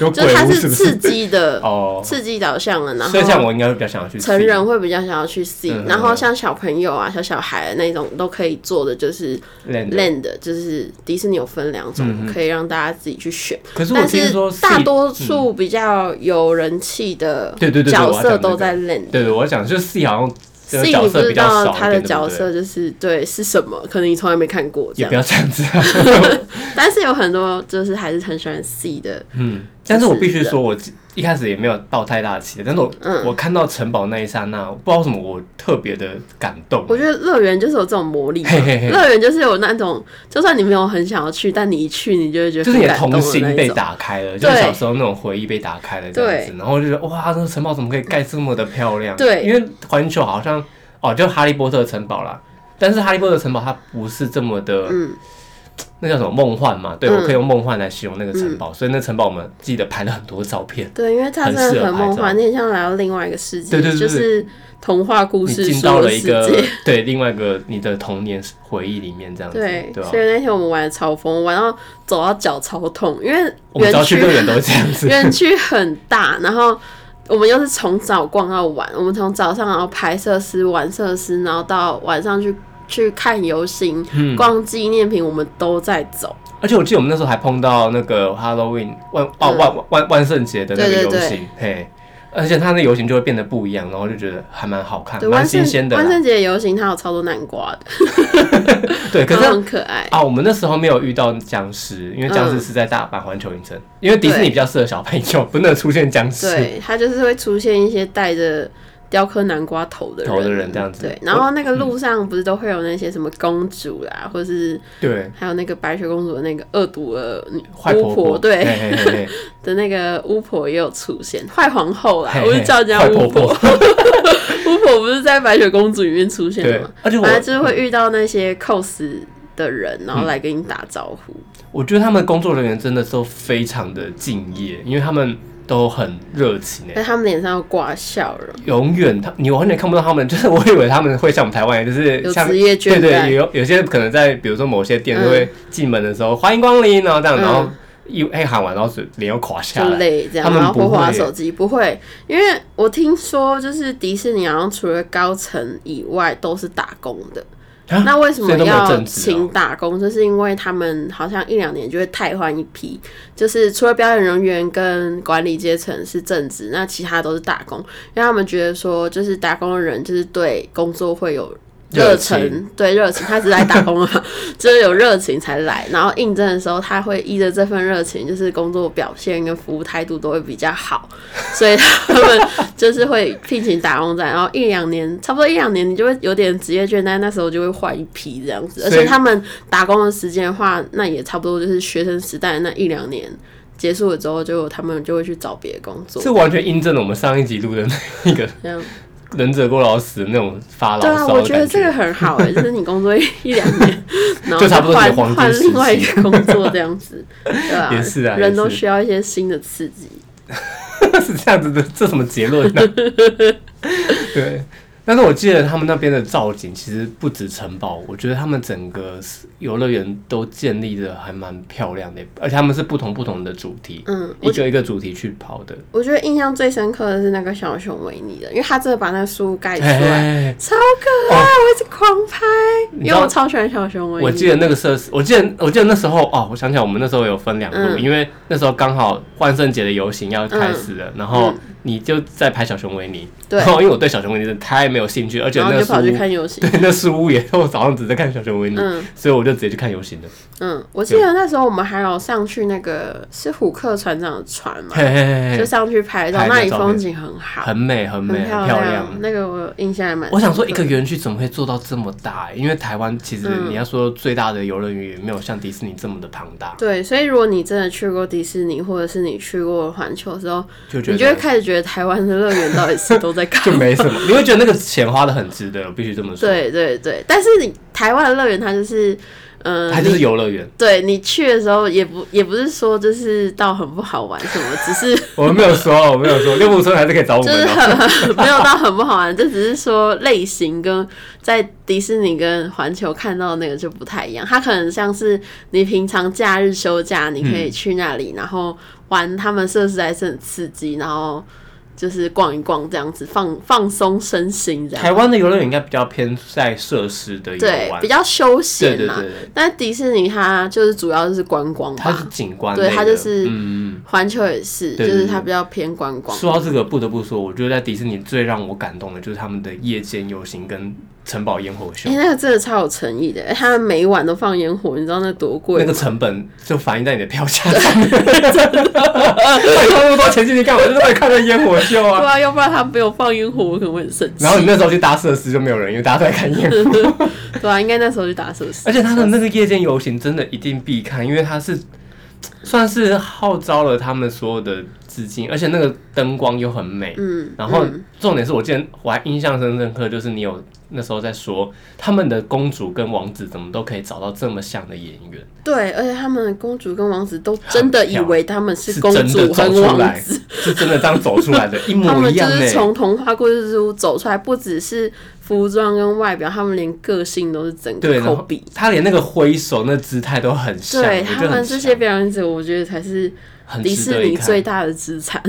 Speaker 1: 有
Speaker 2: 就是
Speaker 1: 鬼
Speaker 2: 它
Speaker 1: 屋
Speaker 2: 是
Speaker 1: 不
Speaker 2: 刺
Speaker 1: 是？
Speaker 2: 激 的。
Speaker 1: 哦，
Speaker 2: 刺激导向的，然后
Speaker 1: 所以像我应该会比较想要去
Speaker 2: 成
Speaker 1: see
Speaker 2: 人会比较想要去 C，、
Speaker 1: 嗯
Speaker 2: 然后像小朋友啊、小小孩那种都可以做的，就是
Speaker 1: land
Speaker 2: land，就是迪士尼有分两种，
Speaker 1: 嗯嗯
Speaker 2: 可以让大家自己去选。
Speaker 1: 可是我
Speaker 2: 但
Speaker 1: 听
Speaker 2: 是
Speaker 1: 说
Speaker 2: 大
Speaker 1: see-
Speaker 2: 多数比较有人气的
Speaker 1: 对对对对
Speaker 2: 角
Speaker 1: 我要讲
Speaker 2: 色
Speaker 1: 这个
Speaker 2: 都在 land。
Speaker 1: 对对，我想就是 C 好像这个
Speaker 2: C
Speaker 1: 角
Speaker 2: 你不
Speaker 1: 色比
Speaker 2: 知
Speaker 1: 较
Speaker 2: 道
Speaker 1: 少
Speaker 2: 他
Speaker 1: 一
Speaker 2: 的
Speaker 1: 点，对
Speaker 2: 角
Speaker 1: 不对？
Speaker 2: 色就是对是什么，可能你从来没看过这
Speaker 1: 也不
Speaker 2: 样。
Speaker 1: 要这样子啊。
Speaker 2: 但是有很多就是还是很喜欢 C 的，
Speaker 1: 嗯， 但是我必须
Speaker 2: 就是
Speaker 1: 说，我一开始也没有抱太大的期待，但是我、
Speaker 2: 嗯
Speaker 1: 我看到城堡那一刹那，我不知道为什么我特别的感动。
Speaker 2: 我觉得乐园就是有这种魔力嘛，
Speaker 1: 嘿嘿嘿
Speaker 2: 乐园就是有那种，就算你没有很想要去，但你一去你就会觉得
Speaker 1: 就是你
Speaker 2: 很
Speaker 1: 的
Speaker 2: 感动
Speaker 1: 童
Speaker 2: 的那
Speaker 1: 心
Speaker 2: 一
Speaker 1: 被
Speaker 2: 种。
Speaker 1: 打开了，就是
Speaker 2: 对
Speaker 1: 小时候那种回忆被打开了这样子，然后就觉得哇，那个城堡怎么可以盖这么的漂亮？
Speaker 2: 对
Speaker 1: 因为环球好像哦，就哈利波特城堡啦，但是哈利波特城堡它不是这么的，
Speaker 2: 嗯
Speaker 1: 那叫什么梦幻嘛？对、
Speaker 2: 嗯
Speaker 1: 我可以用梦幻来形容那个城堡，所以那城堡我们记得拍了很多照片。
Speaker 2: 对，因为它
Speaker 1: 很
Speaker 2: 真的
Speaker 1: 适合
Speaker 2: 很
Speaker 1: 拍
Speaker 2: 梦
Speaker 1: 照
Speaker 2: 幻，你很像来到另外一个世界，
Speaker 1: 对对对对
Speaker 2: 就是童话故
Speaker 1: 你
Speaker 2: 事
Speaker 1: 进
Speaker 2: 书
Speaker 1: 到
Speaker 2: 的
Speaker 1: 了一
Speaker 2: 世
Speaker 1: 个
Speaker 2: 界。
Speaker 1: 对另外一个你的童年回忆里面这样子，
Speaker 2: 对，
Speaker 1: 啊
Speaker 2: 所以。那天我们玩的超疯，玩到走到脚超痛，因为
Speaker 1: 我们只
Speaker 2: 园
Speaker 1: 要去
Speaker 2: 区
Speaker 1: 乐园都是这样子，
Speaker 2: 园区很大，然后我们又是从早逛到晚，我们从早上然后拍设施、玩设施，然后到晚上去去看游行、
Speaker 1: 嗯
Speaker 2: 逛纪念品，我们都在走。
Speaker 1: 而且我记得我们那时候还碰到那个 Halloween 万哦
Speaker 2: 嗯
Speaker 1: 万万万万圣节的那个
Speaker 2: 对对
Speaker 1: 游
Speaker 2: 对
Speaker 1: 行，嘿，而且它那游行就会变得不一样，然后就觉得还蛮好看，
Speaker 2: 对，
Speaker 1: 啊蛮
Speaker 2: 万圣
Speaker 1: 新鲜的
Speaker 2: 万
Speaker 1: 啦。
Speaker 2: 圣节游行它有超多南瓜的，
Speaker 1: 对，可
Speaker 2: 然
Speaker 1: 是
Speaker 2: 后很可爱。
Speaker 1: 啊，我们那时候没有遇到僵尸，因为僵
Speaker 2: 嗯
Speaker 1: 尸是在大阪环球影城，因为迪士尼比较适合小朋友，不能出现僵尸。
Speaker 2: 对，它就是会出现一些戴着雕刻南瓜头的人
Speaker 1: 头的人这样子嗯
Speaker 2: 对，然后那个路上不是都会有那些什么公主啦，或是
Speaker 1: 对，
Speaker 2: 还有那个白雪公主的那个恶毒的女
Speaker 1: 坏婆
Speaker 2: 巫婆，
Speaker 1: 嘿
Speaker 2: 对
Speaker 1: 嘿嘿嘿
Speaker 2: 的那个巫婆也有出现，坏皇后啦，
Speaker 1: 嘿嘿
Speaker 2: 我是叫人家
Speaker 1: 坏婆
Speaker 2: 巫婆，
Speaker 1: 婆。
Speaker 2: 巫婆不是在白雪公主里面出现的
Speaker 1: 对
Speaker 2: 吗？，
Speaker 1: 而且我
Speaker 2: 反正就是会遇到那些 cos 的人，然后来跟你打招呼。
Speaker 1: 我觉得他们工作人员真的都非常的敬业，因为他们都很热情欸诶、
Speaker 2: 但他们脸上要挂笑容，
Speaker 1: 永远他你完全看不到他们，就是我以为他们会像我们台湾一样，就是
Speaker 2: 有
Speaker 1: 像
Speaker 2: 职业倦
Speaker 1: 对
Speaker 2: 怠
Speaker 1: 对，有有些可能在比如说某些店
Speaker 2: 嗯
Speaker 1: 就会进门的时候、欢迎光临，然后这样，
Speaker 2: 嗯
Speaker 1: 然后一哎、喊完，然后嘴脸又垮下
Speaker 2: 就
Speaker 1: 来，
Speaker 2: 累这样，
Speaker 1: 他们
Speaker 2: 然后
Speaker 1: 不会
Speaker 2: 划
Speaker 1: 耶
Speaker 2: 手机不会，因为我听说就是迪士尼好像除了高层以外都是打工的。
Speaker 1: 啊
Speaker 2: 那为什么
Speaker 1: 所以都没有
Speaker 2: 要
Speaker 1: 正职哦
Speaker 2: 请打工？就是因为他们好像一两年就会汰换一批，就是除了表演人员跟管理阶层是正职，那其他都是打工，因为他们觉得说，就是打工的人就是对工作会有热
Speaker 1: 热
Speaker 2: 忱
Speaker 1: 情，
Speaker 2: 对热情，他只是来打工嘛， 就是有热情才来。然后应征的时候，他会依着这份热情，就是工作表现跟服务态度都会比较好，所以他们就是会聘请打工仔，然后一两年，差不多一两年，你就会有点职业倦怠，那时候就会换一批这样子。而
Speaker 1: 所以
Speaker 2: 且他们打工的时间的话，那也差不多就是学生时代那一两年。结束了之后，就他们就会去找别的工作
Speaker 1: 这，完全印证了我们上一集录的那个
Speaker 2: 这样
Speaker 1: 忍者过劳死那种发牢
Speaker 2: 对啊，
Speaker 1: 骚
Speaker 2: 我
Speaker 1: 的
Speaker 2: 觉得
Speaker 1: 感
Speaker 2: 这个很好哎、就是你工作一一两年，然 后
Speaker 1: 就差不多是
Speaker 2: 换
Speaker 1: 你的黄金
Speaker 2: 换
Speaker 1: 时
Speaker 2: 另外一
Speaker 1: 期
Speaker 2: 个工作这样子，对 啊，
Speaker 1: 也是啊
Speaker 2: 人
Speaker 1: 也
Speaker 2: 都
Speaker 1: 是
Speaker 2: 需要一些新的刺激。
Speaker 1: 是这样子的，这什么结论 呢、对，但是我记得他们那边的造景其实不止城堡，我觉得他们整个游乐园都建立的还蛮漂亮的，而且他们是不同不同的主题，
Speaker 2: 嗯，
Speaker 1: 一个一个主题去跑的。
Speaker 2: 我觉得印象最深刻的是那个小熊维尼的，因为他真的把那树盖出来，
Speaker 1: 哎，
Speaker 2: 超可爱，我一直狂拍，
Speaker 1: 你
Speaker 2: 因
Speaker 1: 知
Speaker 2: 为我
Speaker 1: 道，
Speaker 2: 超喜欢小熊维尼。
Speaker 1: 我记得那个设施，我记得我记得那时候哦，我想起来我们那时候有分两路，
Speaker 2: 嗯
Speaker 1: 因为那时候刚好万圣节的游行要开始了，然后你就在拍小熊维尼，
Speaker 2: 嗯对
Speaker 1: 然后因为我对小熊维尼真的太没有兴趣，而且
Speaker 2: 然后
Speaker 1: 那
Speaker 2: 就
Speaker 1: 书
Speaker 2: 跑去看游戏。
Speaker 1: 对，那书屋也 是我早上只在看小熊维尼，
Speaker 2: 嗯
Speaker 1: 所以我就直接去看游行的。
Speaker 2: 嗯，我记得那时候我们还有上去那个是虎克船长的船嘛，
Speaker 1: 嘿嘿
Speaker 2: 就
Speaker 1: 嘿，
Speaker 2: 上去拍照，
Speaker 1: 拍那
Speaker 2: 那里
Speaker 1: 照片
Speaker 2: 风景很好，
Speaker 1: 很美，很美，
Speaker 2: 很
Speaker 1: 很
Speaker 2: 漂
Speaker 1: 漂
Speaker 2: 亮。。那个我印象还蛮深刻的。
Speaker 1: 我想说，一个园区怎么会做到这么大？欸因为台湾其实
Speaker 2: 嗯
Speaker 1: 你要说最大的游乐园，也没有像迪士尼这么的庞大，
Speaker 2: 对，所以如果你真的去过迪士尼，或者是你去过环球之后，
Speaker 1: 就觉
Speaker 2: 你就会
Speaker 1: 得
Speaker 2: 开始觉得台湾的乐园到底是都在干
Speaker 1: 就
Speaker 2: 嘛？
Speaker 1: 没什么。你会觉得那个钱花的很值得，我必须这么说。，
Speaker 2: 对对对，但是你台湾的乐园它就是，嗯、
Speaker 1: 它
Speaker 2: 呃，
Speaker 1: 就是
Speaker 2: 你
Speaker 1: 游乐园，
Speaker 2: 对你去的时候也不也不是说就是到很不好玩 什么，只是
Speaker 1: 我们没有说，我们没有说，六木村还是可以找我
Speaker 2: 就
Speaker 1: 们哦
Speaker 2: 是
Speaker 1: 的。
Speaker 2: 很很 没有到很不好玩，这只是说类型跟在迪士尼跟环球看到的那个就不太一样，它可能像是你平常假日休假，你可以去那里，然后玩他们设施还是很刺激，然后就是逛一逛这样子，放放松身心这
Speaker 1: 台
Speaker 2: 样，
Speaker 1: 湾的游乐园应该比较偏在设施的游
Speaker 2: 对，
Speaker 1: 玩
Speaker 2: 比，较休闲啊
Speaker 1: 对对
Speaker 2: 啦。
Speaker 1: 对对，
Speaker 2: 但迪士尼它就是主要就是观光
Speaker 1: 它是
Speaker 2: 吧，
Speaker 1: 景观类
Speaker 2: 对
Speaker 1: 的，
Speaker 2: 它就是
Speaker 1: 嗯嗯。
Speaker 2: 环球也是，就
Speaker 1: 对对
Speaker 2: 是
Speaker 1: 对
Speaker 2: 它比较偏观光。
Speaker 1: 说到这个，不得不说，我觉得在迪士尼最让我感动的就是他们的夜间游行跟城堡烟火秀
Speaker 2: 哎、，那个真的超有诚意的，他们每一晚都放烟火，你知道那多贵
Speaker 1: 那个？
Speaker 2: 吗
Speaker 1: 成本就反映在你的票价上面。 到底花那么多钱进去干嘛？就是为了看那烟火秀
Speaker 2: 对
Speaker 1: 啊！
Speaker 2: 啊，要不然他没有放烟火，我可能会很生气
Speaker 1: 然。后你那时候去搭设施就没有人，因为大家都在看烟火。
Speaker 2: 对啊，应该那时候去打手
Speaker 1: 而且他的那个夜间游行真的一定必看，因为它是算是号召了他们所有的资金，而且那个灯光又很美。
Speaker 2: 嗯，
Speaker 1: 然后
Speaker 2: 嗯
Speaker 1: 重点是我记得我还印象深刻，就是你有那时候在说，他们的公主跟王子怎么都可以找到这么像的演员，
Speaker 2: 对，而且他们的公主跟王子都真的以为他们是
Speaker 1: 是
Speaker 2: 公
Speaker 1: 真的
Speaker 2: 主
Speaker 1: 走
Speaker 2: 和
Speaker 1: 出
Speaker 2: 王
Speaker 1: 来，
Speaker 2: 子，
Speaker 1: 是真的这样走出来的，一
Speaker 2: 他
Speaker 1: 模
Speaker 2: 们
Speaker 1: 一
Speaker 2: 就
Speaker 1: 样欸呢、
Speaker 2: 是从童话故事书走出来，不只是服装跟外表，他们连个性都是整
Speaker 1: 对，
Speaker 2: 个
Speaker 1: 然
Speaker 2: 抠
Speaker 1: 后
Speaker 2: 比。
Speaker 1: 他连那个挥手、那姿态都很像，
Speaker 2: 对
Speaker 1: 我觉
Speaker 2: 他
Speaker 1: 得很
Speaker 2: 们这些
Speaker 1: 像
Speaker 2: 表演者，我觉得才是
Speaker 1: 很
Speaker 2: 迪
Speaker 1: 值
Speaker 2: 士
Speaker 1: 得一
Speaker 2: 尼
Speaker 1: 看
Speaker 2: 最大的资产。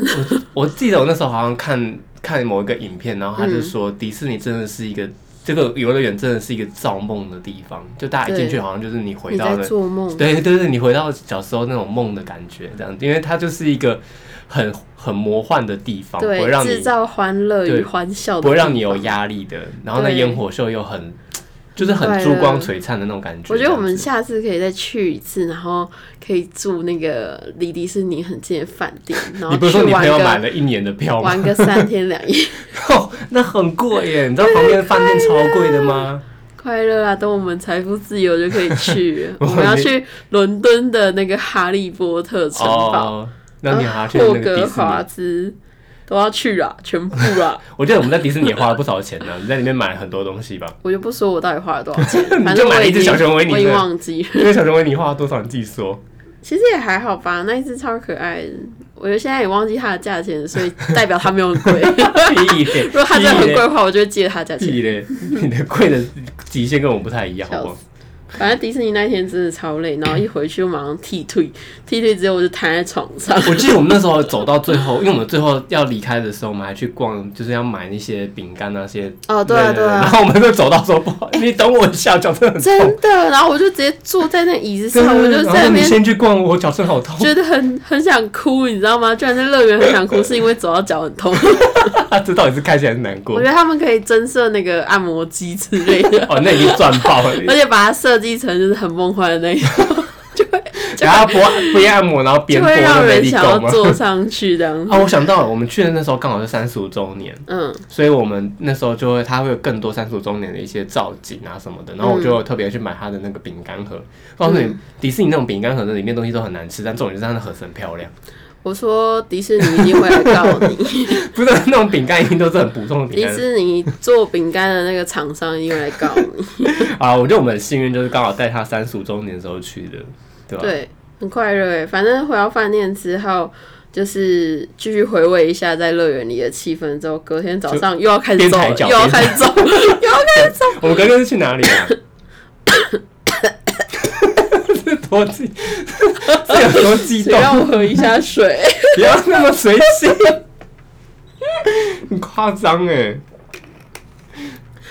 Speaker 1: 我记得我那时候好像看看某一个影片，然后他就
Speaker 2: 嗯
Speaker 1: 说迪士尼真的是一个、这个游乐园真的是一个造梦的地方，就大家一进去
Speaker 2: 对
Speaker 1: 好像就是你回
Speaker 2: 你
Speaker 1: 到
Speaker 2: 在
Speaker 1: 了，
Speaker 2: 做梦，
Speaker 1: 对对对，你回到小时候那种梦的感觉，这样，因为它就是一个很很魔幻的地方，不会
Speaker 2: 对，
Speaker 1: 让
Speaker 2: 制
Speaker 1: 你
Speaker 2: 造欢乐
Speaker 1: 对
Speaker 2: 与欢笑的，
Speaker 1: 不会让你有。压力的，然后那
Speaker 2: 对
Speaker 1: 烟火秀又很就是很
Speaker 2: 快
Speaker 1: 珠光
Speaker 2: 乐
Speaker 1: 璀璨的那种感觉。
Speaker 2: 我觉得我们
Speaker 1: 这样子
Speaker 2: 下次可以再去一次，然后可以住那个离迪士尼很近的饭店，然后
Speaker 1: 你不是
Speaker 2: 去
Speaker 1: 说你
Speaker 2: 玩
Speaker 1: 朋友买
Speaker 2: 个
Speaker 1: 了一年的票吗？
Speaker 2: 玩个三天两夜，
Speaker 1: 哦，那很贵耶！你知道旁边的饭店超贵的吗？
Speaker 2: 快乐啊！等我们财富自由就可以去了。
Speaker 1: 我
Speaker 2: 我
Speaker 1: 们
Speaker 2: 们要去伦敦的那个哈利波特城堡，嗯呃
Speaker 1: 哦，那你还要去
Speaker 2: 霍
Speaker 1: 那个迪士
Speaker 2: 格华
Speaker 1: 尼？
Speaker 2: 兹都要去啊，全部啊！
Speaker 1: 我记得我们在迪士尼也花了不少钱呢、你在里面买了很多东西 吧？
Speaker 2: 我就不说我到底花了多少钱，
Speaker 1: 你
Speaker 2: 反
Speaker 1: 就
Speaker 2: 正
Speaker 1: 买
Speaker 2: 我
Speaker 1: 了一
Speaker 2: 已
Speaker 1: 只
Speaker 2: 经
Speaker 1: 小熊维
Speaker 2: 我
Speaker 1: 尼
Speaker 2: 已经
Speaker 1: 的，
Speaker 2: 忘记了。
Speaker 1: 那个小熊维尼花了多少？你自己说。
Speaker 2: 其实也还好吧，那一只超可爱的，我觉得现在也忘记它的价钱，所以代表它没有很 贵。
Speaker 1: 屁嘞！
Speaker 2: 如果它真的很贵
Speaker 1: 屁嘞
Speaker 2: 的话，我就会借 它价钱。
Speaker 1: 屁嘞！你的贵的极限跟我们不太一样，好不好？
Speaker 2: 反正迪士尼那一天真的超累，然后一回去我马上剃退，剃退之后我就躺在床上。
Speaker 1: 我记得我们那时候走到最后， 因为我们最后要离开的时候，我们还去逛，就是要买那些饼干那些。
Speaker 2: 哦，对啊，对啊哎
Speaker 1: 然。后我们就走到说不好，你等我一下，脚真的很痛。
Speaker 2: 真的，然后我就直接坐在那椅子
Speaker 1: 对
Speaker 2: 上，我就
Speaker 1: 然
Speaker 2: 在
Speaker 1: 后
Speaker 2: 那
Speaker 1: 你
Speaker 2: 边
Speaker 1: 先去逛，我脚真的好痛。
Speaker 2: 觉得很很想哭，你知道吗？居然在乐园很想哭，是因为走到脚很痛。
Speaker 1: 这到底是开心还是难过
Speaker 2: 我觉？得他们可以增设那个按摩机之类 的，
Speaker 1: 哦，那已经赚爆了。
Speaker 2: 而且把它设计成就是很梦幻的那一种，就会就
Speaker 1: 然后不边按摩，然后边
Speaker 2: 就
Speaker 1: 播
Speaker 2: 会
Speaker 1: 那
Speaker 2: 让
Speaker 1: 个
Speaker 2: 人
Speaker 1: Lady
Speaker 2: 想
Speaker 1: Go
Speaker 2: 要
Speaker 1: 吗？
Speaker 2: 坐上去这样
Speaker 1: 啊，
Speaker 2: 子。
Speaker 1: 我想到了，我们去的那时候刚好是三十五周年，
Speaker 2: 嗯，
Speaker 1: 所以我们那时候就会，它会有更多三十五周年的一些造景啊什么的。然后
Speaker 2: 嗯
Speaker 1: 我就特别去买它的那个饼干盒。告诉你，迪士尼那种饼干盒的里面东西都很难吃，但重点是它的盒子很漂亮。
Speaker 2: 我说迪士尼一定会来告你，
Speaker 1: 不是那种饼干，一定都是很普通的饼
Speaker 2: 迪
Speaker 1: 干。
Speaker 2: 士尼做饼干的那个厂商一定会来告 你。
Speaker 1: 啊，我觉得我们很幸运，就是刚好在它三十五周年的时候去的，对吧？
Speaker 2: 对，很快乐诶。反正回到饭店之后，就是继续回味一下在乐园里的气氛，之后隔天早上又要开始
Speaker 1: 边
Speaker 2: 走
Speaker 1: 踩
Speaker 2: 了，
Speaker 1: 脚
Speaker 2: 又要
Speaker 1: 边
Speaker 2: 开 始走了，又要开始走了。
Speaker 1: 我们刚刚是去哪里 啊？ 是多激， 是有多激
Speaker 2: 请
Speaker 1: 动？
Speaker 2: 让我喝一下水。
Speaker 1: 不要那么随 性，很夸张哎。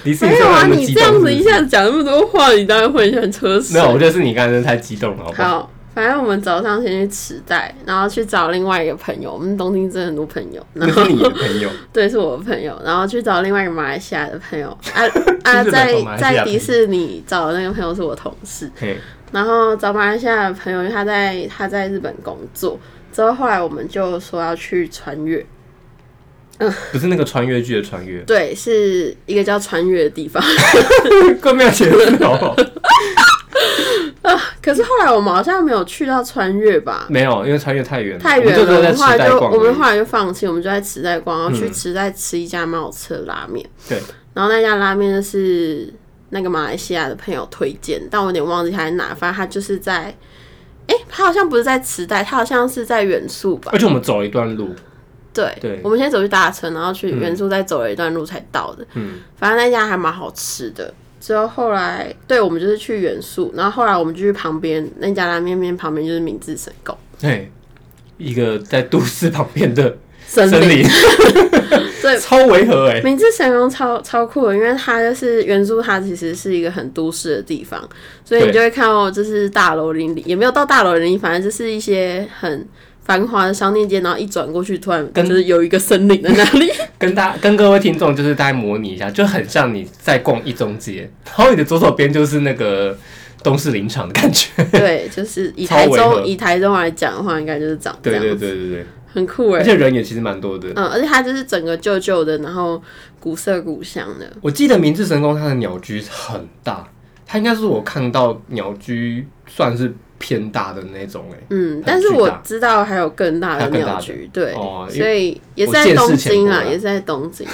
Speaker 1: 迪士尼
Speaker 2: 没有啊，
Speaker 1: 真的那么
Speaker 2: 你
Speaker 1: 激
Speaker 2: 这
Speaker 1: 动
Speaker 2: 样
Speaker 1: 是不
Speaker 2: 子
Speaker 1: 是
Speaker 2: 一下讲那么多话，你当然会很想喝水。
Speaker 1: 没有，我觉得是你刚才真的太激动了，好不好？
Speaker 2: 好，反正我们早上先去池袋，然后去找另外一个朋友。我们东京真的很多朋友，然
Speaker 1: 那
Speaker 2: 后
Speaker 1: 是你的朋友，
Speaker 2: 对，是我的朋友，然后去找另外一个马来西亚的朋友。 啊啊，
Speaker 1: 日本
Speaker 2: 在
Speaker 1: 从马来西亚
Speaker 2: 在
Speaker 1: 朋
Speaker 2: 迪
Speaker 1: 友
Speaker 2: 士尼找的那个朋友是我同事。
Speaker 1: 嘿，
Speaker 2: 然后找马来西亚的朋友，因为他在他在日本工作，之后后来我们就说要去穿越，
Speaker 1: 不是那个穿越剧的穿 越，
Speaker 2: 对，是一个叫穿越的地方。
Speaker 1: 更没有解释好不好？
Speaker 2: 可是后来我们好像没有去到穿越吧，
Speaker 1: 没有，因为穿越太远了，
Speaker 2: 太
Speaker 1: 我
Speaker 2: 远
Speaker 1: 们就只
Speaker 2: 了。
Speaker 1: 有
Speaker 2: 我
Speaker 1: 在
Speaker 2: 们后
Speaker 1: 池
Speaker 2: 来
Speaker 1: 袋
Speaker 2: 就
Speaker 1: 逛而已。
Speaker 2: 我们后来就放弃，我们就在池袋逛，然后去
Speaker 1: 嗯
Speaker 2: 池袋吃一家蛮好吃的拉面。
Speaker 1: 对，
Speaker 2: 然后那家拉面是那个马来西亚的朋友推荐，但我有点忘记他在哪，反正他就是在。哎、他好像不是在池袋，他好像是在元素吧
Speaker 1: 而？且我们走了一段路，
Speaker 2: 对，
Speaker 1: 对
Speaker 2: 我们先走去大城，然后去元素，再走了一段路才到的。
Speaker 1: 嗯，
Speaker 2: 反正那家还蛮好吃的。之后后来，对我们就是去元素，然后后来我们就去旁边那家拉面面旁边就是明治神宫
Speaker 1: 嘿，一个在都市旁边的
Speaker 2: 森
Speaker 1: 森
Speaker 2: 林。
Speaker 1: 林，
Speaker 2: 对，
Speaker 1: 超违和哎、
Speaker 2: 明治神宫超超酷的，因为它就是元素，它其实是一个很都市的地方，所以
Speaker 1: 对
Speaker 2: 你就会看到就是大楼林立，也没有到大楼林立，反正就是一些很繁华的商店街，然后一转过去，突然
Speaker 1: 跟
Speaker 2: 就是有一个森 林在那里。
Speaker 1: 跟大跟各位听众就是大家模拟一下，就很像你在逛一中街，然后你的左手边就是那个东势林场的感 觉。
Speaker 2: 对，就是以
Speaker 1: 超
Speaker 2: 台
Speaker 1: 违和
Speaker 2: 中以台中来讲的话，应该就是长这
Speaker 1: 对
Speaker 2: 样
Speaker 1: 对
Speaker 2: 子，
Speaker 1: 对对对，
Speaker 2: 很酷哎
Speaker 1: 而。且人也其实蛮多的。
Speaker 2: 嗯，而且它就是整个旧旧的，然后古色古香的。
Speaker 1: 我记得明治神宫它的鸟居很大，它应该是我看到鸟居算是偏大的那种哎、
Speaker 2: 嗯
Speaker 1: 很，
Speaker 2: 但是
Speaker 1: 巨
Speaker 2: 我
Speaker 1: 大
Speaker 2: 知道还有更大
Speaker 1: 还
Speaker 2: 的
Speaker 1: 有更大
Speaker 2: 鸟
Speaker 1: 的
Speaker 2: 居，对，
Speaker 1: 哦因为
Speaker 2: 所以也是
Speaker 1: 我
Speaker 2: 在
Speaker 1: 见识
Speaker 2: 东
Speaker 1: 浅
Speaker 2: 京
Speaker 1: 薄
Speaker 2: 啦，
Speaker 1: 啦
Speaker 2: 也是在东 京，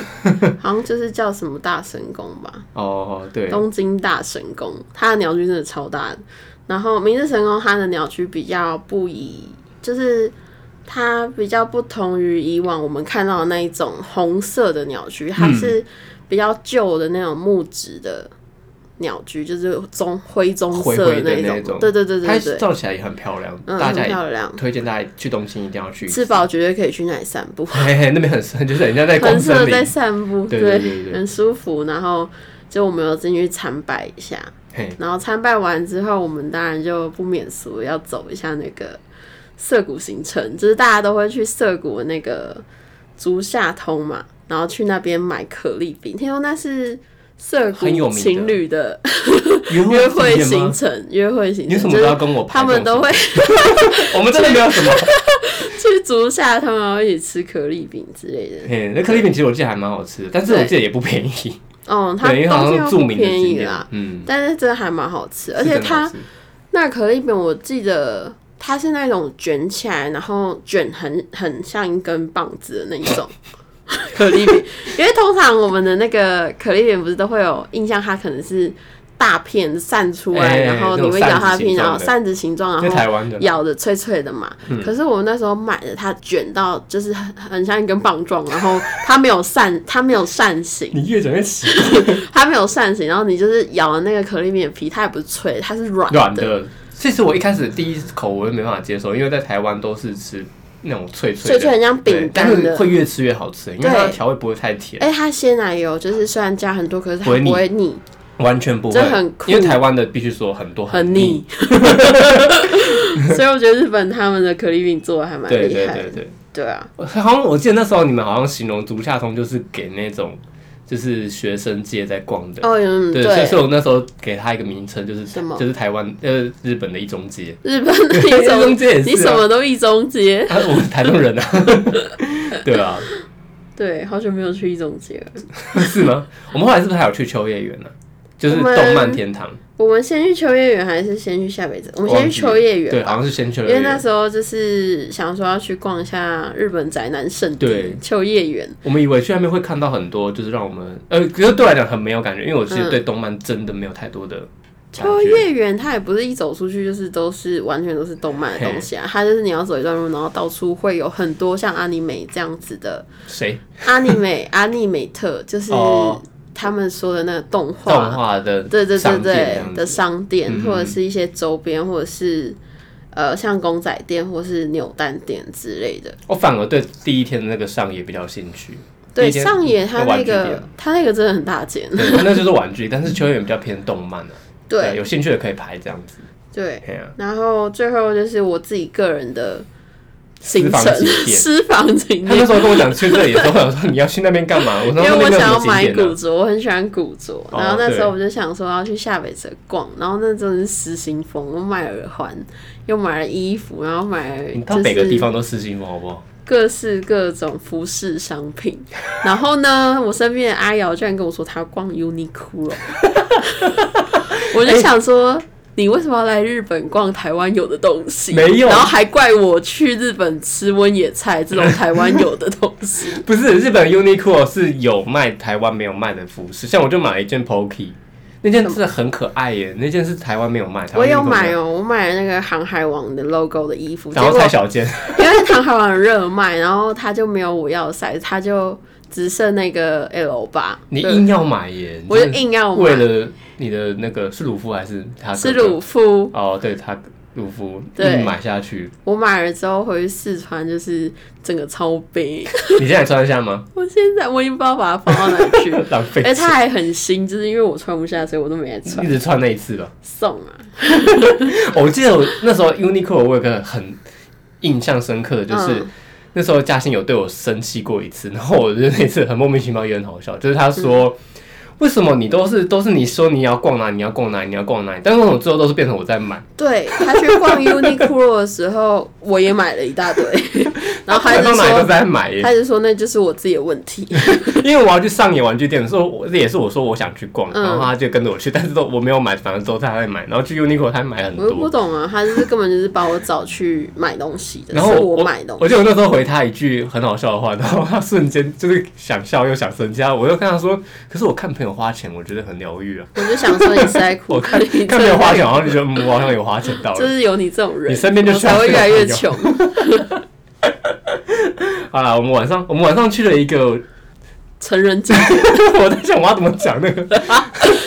Speaker 2: 好像就是叫什么大神宫吧，
Speaker 1: 哦，对，
Speaker 2: 东京大神宫，它的鸟居真的超大的。然后明治神宫它的鸟居比较不以，就是它比较不同于以往我们看到的那一种红色的鸟居，
Speaker 1: 嗯
Speaker 2: 它是比较旧的那种木质的鸟居，就是棕灰棕
Speaker 1: 灰
Speaker 2: 色
Speaker 1: 灰的
Speaker 2: 那
Speaker 1: 那
Speaker 2: 种
Speaker 1: 种，
Speaker 2: 对对对对
Speaker 1: 它
Speaker 2: 对，
Speaker 1: 照起来也很漂亮，
Speaker 2: 嗯，
Speaker 1: 大
Speaker 2: 很
Speaker 1: 家也
Speaker 2: 漂亮。
Speaker 1: 推荐大家去东京一定要去。
Speaker 2: 吃饱绝对可以去那里散步，
Speaker 1: 嘿嘿，那边很 深，就是人家在
Speaker 2: 很
Speaker 1: 光
Speaker 2: 适
Speaker 1: 森
Speaker 2: 合
Speaker 1: 林，
Speaker 2: 在散步，
Speaker 1: 对对对对
Speaker 2: 很舒服。然后就我们有进去参拜一下，
Speaker 1: 嘿，
Speaker 2: 然后参拜完之后，我们当然就不免俗要走一下那个涩谷行程，就是大家都会去涩谷的那个足下通嘛，然后去那边买可丽饼，听说那是涩谷
Speaker 1: 很有名的
Speaker 2: 情侣的
Speaker 1: 约
Speaker 2: 约会
Speaker 1: 景点
Speaker 2: 行
Speaker 1: 吗？
Speaker 2: 程，约会行
Speaker 1: 你为什
Speaker 2: 程
Speaker 1: 么
Speaker 2: 就
Speaker 1: 都要
Speaker 2: 是
Speaker 1: 跟我拍这
Speaker 2: 他
Speaker 1: 种
Speaker 2: 们都会
Speaker 1: 行程？我们真的没有什么。
Speaker 2: 去足下通，然后一起吃可丽饼之类的。
Speaker 1: 嘿，那可丽饼其实我记得还蛮好吃的，但是我记得也不便宜，
Speaker 2: 哦，它
Speaker 1: 对，因为好
Speaker 2: 东京
Speaker 1: 像
Speaker 2: 又
Speaker 1: 著
Speaker 2: 不
Speaker 1: 名的
Speaker 2: 便
Speaker 1: 景
Speaker 2: 宜
Speaker 1: 点
Speaker 2: 啦，，
Speaker 1: 嗯，
Speaker 2: 但是真的还蛮好吃，而
Speaker 1: 是
Speaker 2: 且
Speaker 1: 真的好
Speaker 2: 它
Speaker 1: 吃
Speaker 2: 那可丽饼我记得它是那种卷起来，然后卷很很像一根棒子的那一 种可丽饼，因为通常我们的那个可丽饼不是都会有印象，它可能是大片散出来，
Speaker 1: 哎
Speaker 2: 然后
Speaker 1: 那
Speaker 2: 你
Speaker 1: 种
Speaker 2: 会咬它
Speaker 1: 扇子
Speaker 2: 片，
Speaker 1: 形
Speaker 2: 然后
Speaker 1: 状的
Speaker 2: 扇子形状，
Speaker 1: 在
Speaker 2: 然后
Speaker 1: 台湾的嗯
Speaker 2: 咬的脆脆的嘛。可是我那时候买的，它卷到就是很很像一根棒状，然后它没有扇，它没有扇形。
Speaker 1: 你越讲越奇
Speaker 2: 它没有扇形，然后你就是咬了那个可丽饼的皮，它也不是脆，它是 软
Speaker 1: 软
Speaker 2: 的，
Speaker 1: 的。其实我一开始第一口我也没办法接受，因为在台湾都是吃那种脆
Speaker 2: 脆
Speaker 1: 脆
Speaker 2: 脆
Speaker 1: 的
Speaker 2: 很像
Speaker 1: 对
Speaker 2: 饼，
Speaker 1: 但
Speaker 2: 干
Speaker 1: 是
Speaker 2: 的。
Speaker 1: 会越吃越好吃，因为
Speaker 2: 对
Speaker 1: 它的调味不会太甜，
Speaker 2: 哎、它鲜奶油就是虽然加很多，可是它
Speaker 1: 不会腻
Speaker 2: 不会腻，
Speaker 1: 完全不会
Speaker 2: 这很。酷
Speaker 1: 因为台湾的必须说很多
Speaker 2: 很
Speaker 1: 腻
Speaker 2: 腻，。 所以我觉得日本他们的可丽饼做的还蛮
Speaker 1: 对
Speaker 2: 厉
Speaker 1: 对
Speaker 2: 害的。
Speaker 1: 对对。
Speaker 2: 对啊，
Speaker 1: 好像我记得那时候你们好像形容足下通就是给那种就是学生界在逛的。
Speaker 2: 哦，嗯，
Speaker 1: 对，所以所以我那时候给它一个名称，就是
Speaker 2: 什么
Speaker 1: 就是台湾呃日本的一中街，
Speaker 2: 日本的
Speaker 1: 一
Speaker 2: 一中，
Speaker 1: 中街也是、啊，
Speaker 2: 你什么都一中街。
Speaker 1: 啊，我们台中人啊， 对啊，
Speaker 2: 对，好久没有去一中街了。
Speaker 1: 是吗？我们后来是不是还有去秋叶原呢、啊就是
Speaker 2: 我们
Speaker 1: 动漫天堂，
Speaker 2: 我们先去秋叶原还是先去下北泽？我们先去
Speaker 1: 忘
Speaker 2: 秋
Speaker 1: 记
Speaker 2: 叶原
Speaker 1: 对，
Speaker 2: 吧
Speaker 1: 好。像是先秋
Speaker 2: 因
Speaker 1: 叶
Speaker 2: 为那
Speaker 1: 原。
Speaker 2: 时候就是想说要去逛一下日本宅男圣地
Speaker 1: 对
Speaker 2: 秋叶原，
Speaker 1: 我们以为去那边会看到很多，就是让我们呃，可是对我来讲很没有感觉，因为我其实
Speaker 2: 嗯
Speaker 1: 对动漫真的没有太多的感
Speaker 2: 秋
Speaker 1: 觉。
Speaker 2: 叶原它也不是一走出去就是都是完全都是动漫的东西啊，它就是你要走一段路，然后到处会有很多像阿尼美这样子的
Speaker 1: 谁
Speaker 2: 阿尼 美阿尼美特，就是
Speaker 1: 哦
Speaker 2: 他们说的那个动
Speaker 1: 动
Speaker 2: 画，
Speaker 1: 画的
Speaker 2: 对对对
Speaker 1: 商店这
Speaker 2: 对
Speaker 1: 样
Speaker 2: 的
Speaker 1: 子
Speaker 2: 商店，
Speaker 1: 嗯
Speaker 2: 或者是一些周边，或者是呃像公仔店或是扭蛋店之类的。
Speaker 1: 我哦反而对第一天的那个上野比较有兴趣。第
Speaker 2: 对，
Speaker 1: 一天
Speaker 2: 上野它那
Speaker 1: 玩具
Speaker 2: 个
Speaker 1: 店
Speaker 2: 它那个真的很大件，
Speaker 1: 对，那就是玩具，但是秋叶原比较偏动漫啊。
Speaker 2: 对
Speaker 1: 有兴趣的可以排这样子。
Speaker 2: 对。
Speaker 1: 对啊，
Speaker 2: 然后最后就是我自己个人的
Speaker 1: 私
Speaker 2: 行程
Speaker 1: 房景，点
Speaker 2: 私房景
Speaker 1: 他那
Speaker 2: 点
Speaker 1: 时，候跟我讲去这里的时候，我说你要去那边干嘛？我
Speaker 2: 因
Speaker 1: 说
Speaker 2: 为
Speaker 1: 那
Speaker 2: 我
Speaker 1: 边没有
Speaker 2: 想
Speaker 1: 什
Speaker 2: 要
Speaker 1: 么景
Speaker 2: 买
Speaker 1: 点
Speaker 2: 古
Speaker 1: 啊。
Speaker 2: 着，我很喜欢古着。
Speaker 1: 哦
Speaker 2: 然后那时候
Speaker 1: 对
Speaker 2: 我就想说要去下北泽逛，然后那真的是失心疯，我买耳环，又买了衣服，然后买了
Speaker 1: 你到
Speaker 2: 就
Speaker 1: 每个地
Speaker 2: 是
Speaker 1: 方都失心疯好不好？
Speaker 2: 各式各种服饰商品。 然后呢，我身边的阿瑶居然跟我说她要逛 Uniqlo，我就想说。你为什么要来日本逛台湾有的东西？
Speaker 1: 没有
Speaker 2: 然后还怪我去日本吃温野菜这种 台湾有的东西。
Speaker 1: 不是，日本 Uniqlo 是有卖台湾没有卖的服饰，像我就买了一件 Pokey，那件真的很可爱耶，那件是台湾没有卖，台
Speaker 2: 我
Speaker 1: 湾
Speaker 2: 有
Speaker 1: Uniqlo
Speaker 2: 买
Speaker 1: 没有，
Speaker 2: 哦，我买了那个航海王的 logo 的衣服，结
Speaker 1: 然后
Speaker 2: 果
Speaker 1: 太小件，
Speaker 2: 因为航海王很热卖，然后它就没有我要的 size，它就只剩那个 L 八。
Speaker 1: 你
Speaker 2: 对
Speaker 1: 硬要买耶，
Speaker 2: 我就
Speaker 1: 你真的
Speaker 2: 硬要买，
Speaker 1: 为了你的那个是鲁夫还是他哥哥
Speaker 2: 是鲁夫，
Speaker 1: 哦，对他鲁夫
Speaker 2: 对
Speaker 1: 硬买下去，
Speaker 2: 我买了之后回去试穿，就是整个超悲。
Speaker 1: 你现在穿得下吗？
Speaker 2: 我现在我已经不知道把它放到哪去，
Speaker 1: 浪费钱
Speaker 2: 而且它，还很新，就是因为我穿不下，所以我都没来哎穿
Speaker 1: 一。直穿那一次吧。
Speaker 2: 送啊，
Speaker 1: 哦我记得我那时候 Uniqlo 我有个很印象深刻的，就是、
Speaker 2: 嗯
Speaker 1: 那时候嘉欣有对我生气过一次，然后我觉得那次很莫名其妙也很好笑，就是他说。
Speaker 2: 嗯
Speaker 1: 为什么你都是都是你说你要逛哪里你要逛哪里你要逛哪里，但是为什么最后都是变成我在买？
Speaker 2: 对他去逛 Uniqlo 的时候，我也买了一大堆。然后他
Speaker 1: 我
Speaker 2: 就
Speaker 1: 到哪里都
Speaker 2: 说，
Speaker 1: 在嗯买耶
Speaker 2: 他，就说那就是我自己的问题。
Speaker 1: 因为我要去上野玩具店的时候，我这也是我说我想去逛，
Speaker 2: 嗯
Speaker 1: 然后他就跟着我去，但是都我没有买，反正都他在买，然后去 Uniqlo 他买很
Speaker 2: 我就不
Speaker 1: 多，
Speaker 2: 懂啊，他就是根本就是把我找去买东西的，
Speaker 1: 然后
Speaker 2: 是
Speaker 1: 我
Speaker 2: 买东
Speaker 1: 我记
Speaker 2: 西。
Speaker 1: 得我那时候回他一句很好笑的话，然后他瞬间就是想笑又想生气，我又跟他说，可是我看朋友花钱，我觉得很疗愈啊，
Speaker 2: 我就想说你是在
Speaker 1: 我
Speaker 2: 苦，
Speaker 1: 看
Speaker 2: 你
Speaker 1: 看朋友花钱，好像就觉得嗯我好像有花钱到了，
Speaker 2: 就是有你这种人，
Speaker 1: 你身边就
Speaker 2: 我
Speaker 1: 需要
Speaker 2: 才会
Speaker 1: 这
Speaker 2: 越
Speaker 1: 种
Speaker 2: 来越
Speaker 1: 朋友
Speaker 2: 穷。
Speaker 1: 好啦，我们晚上我们晚上去了一个，
Speaker 2: 成人节，
Speaker 1: 我在想我要怎么讲那个，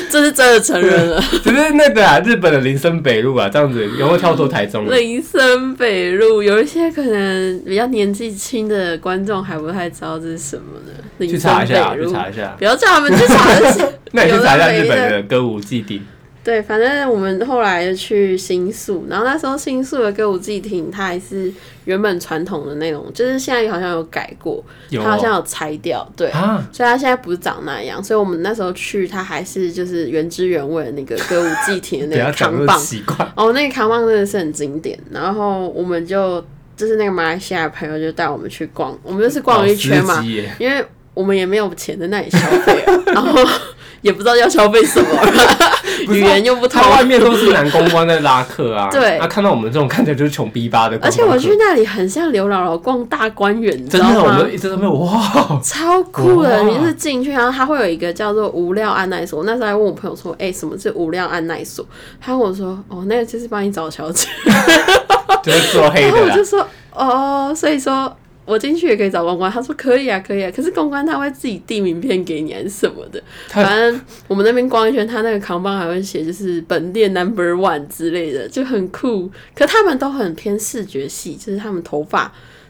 Speaker 2: 这是真的成人了。
Speaker 1: 只是那个啊，日本的林森北路啊，这样子有没有跳出台中啊了？
Speaker 2: 林森北路有一些可能比较年纪轻的观众还不太知道这是什么呢。
Speaker 1: 去
Speaker 2: 林
Speaker 1: 查一
Speaker 2: 森北
Speaker 1: 下，去
Speaker 2: 路，
Speaker 1: 查一下。
Speaker 2: 不要叫他们去查那些
Speaker 1: 那你去查一下日
Speaker 2: 有的
Speaker 1: 本
Speaker 2: 没的
Speaker 1: 的歌舞伎町，
Speaker 2: 对，反正我们后来就去新宿，然后那时候新宿的歌舞伎町，它还是原本传统的那种，就是现在好像有改过，
Speaker 1: 有
Speaker 2: 它好像
Speaker 1: 哦
Speaker 2: 有拆掉，对。
Speaker 1: 啊，
Speaker 2: 所以它现在不是长那样，所以我们那时候去，它还是就是原汁原味的那个歌舞伎町
Speaker 1: 不
Speaker 2: 的那
Speaker 1: 要
Speaker 2: 个
Speaker 1: 讲
Speaker 2: 扛
Speaker 1: 那么
Speaker 2: 棒，
Speaker 1: 奇怪。
Speaker 2: 哦，那个扛棒真的是很经典。然后我们就就是那个马来西亚的朋友就带我们去逛，我们就是 逛了一圈
Speaker 1: 老
Speaker 2: 嘛
Speaker 1: 司，机耶，
Speaker 2: 因为我们也没有钱在那里消费啊，然后 也不知道要消费什么，
Speaker 1: 不是
Speaker 2: 语
Speaker 1: 啊
Speaker 2: 言又不 通
Speaker 1: 他。外面都是男公关在拉客啊，
Speaker 2: 对
Speaker 1: 他看到我们这种看起来就是穷逼吧的观
Speaker 2: 而且
Speaker 1: 光客，
Speaker 2: 我去那里很像刘姥姥逛大观园，你知
Speaker 1: 真的，
Speaker 2: 道
Speaker 1: 我
Speaker 2: 吗？哦
Speaker 1: 们一直都没有哇，
Speaker 2: 超酷的！
Speaker 1: 哇
Speaker 2: 你就是进去，然后它会有一个叫做无料按耐所。我那时候还问我朋友说：“哎、什么是无料按耐所？”他跟我说：“哦，那个就是帮你找小姐。”
Speaker 1: 就是做黑
Speaker 2: 然后
Speaker 1: 的
Speaker 2: 我
Speaker 1: 啦
Speaker 2: 就。说哦，所以说我进去也可以找公关。他说可以啊，可以啊。可是公关他会自己递名片给你还是什么的。
Speaker 1: 他
Speaker 2: 反正我们那边逛一圈，他那个扛棒还会写就是本店 number one 之类的，就很酷。可他们都很偏视觉系，就是他们头发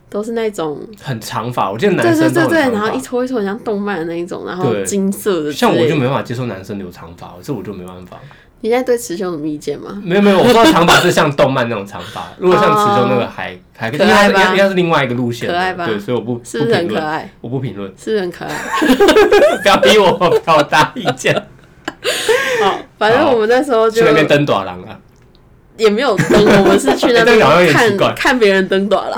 Speaker 2: 都是那种。
Speaker 1: 很长发，我记得
Speaker 2: 对
Speaker 1: 男
Speaker 2: 对
Speaker 1: 生都
Speaker 2: 对
Speaker 1: 很
Speaker 2: 对，
Speaker 1: 长
Speaker 2: 然后
Speaker 1: 发。
Speaker 2: 一撮一撮很像动漫的那一种，然后
Speaker 1: 对
Speaker 2: 金色的之
Speaker 1: 像
Speaker 2: 类的。
Speaker 1: 我就没办法接受男生留长发，这我就没办法。
Speaker 2: 你现在对雌雄有什么意见吗？
Speaker 1: 没有没有，我说的长发是像动漫那种长发，如果像池中那个还还
Speaker 2: 哦可爱吧
Speaker 1: 应该应该是另外一个路线的，
Speaker 2: 可爱吧
Speaker 1: 对，所以我不
Speaker 2: 是不是很
Speaker 1: 不评
Speaker 2: 可
Speaker 1: 论，
Speaker 2: 爱？
Speaker 1: 我不评论，
Speaker 2: 是不是很可爱？
Speaker 1: 不要逼我表达意见。
Speaker 2: 好，哦反正
Speaker 1: 好
Speaker 2: 我们那时候就
Speaker 1: 去那边登短廊啊，
Speaker 2: 也没有登，我们是去那
Speaker 1: 这
Speaker 2: 边
Speaker 1: 个好像有点奇怪
Speaker 2: 看看别人登短了。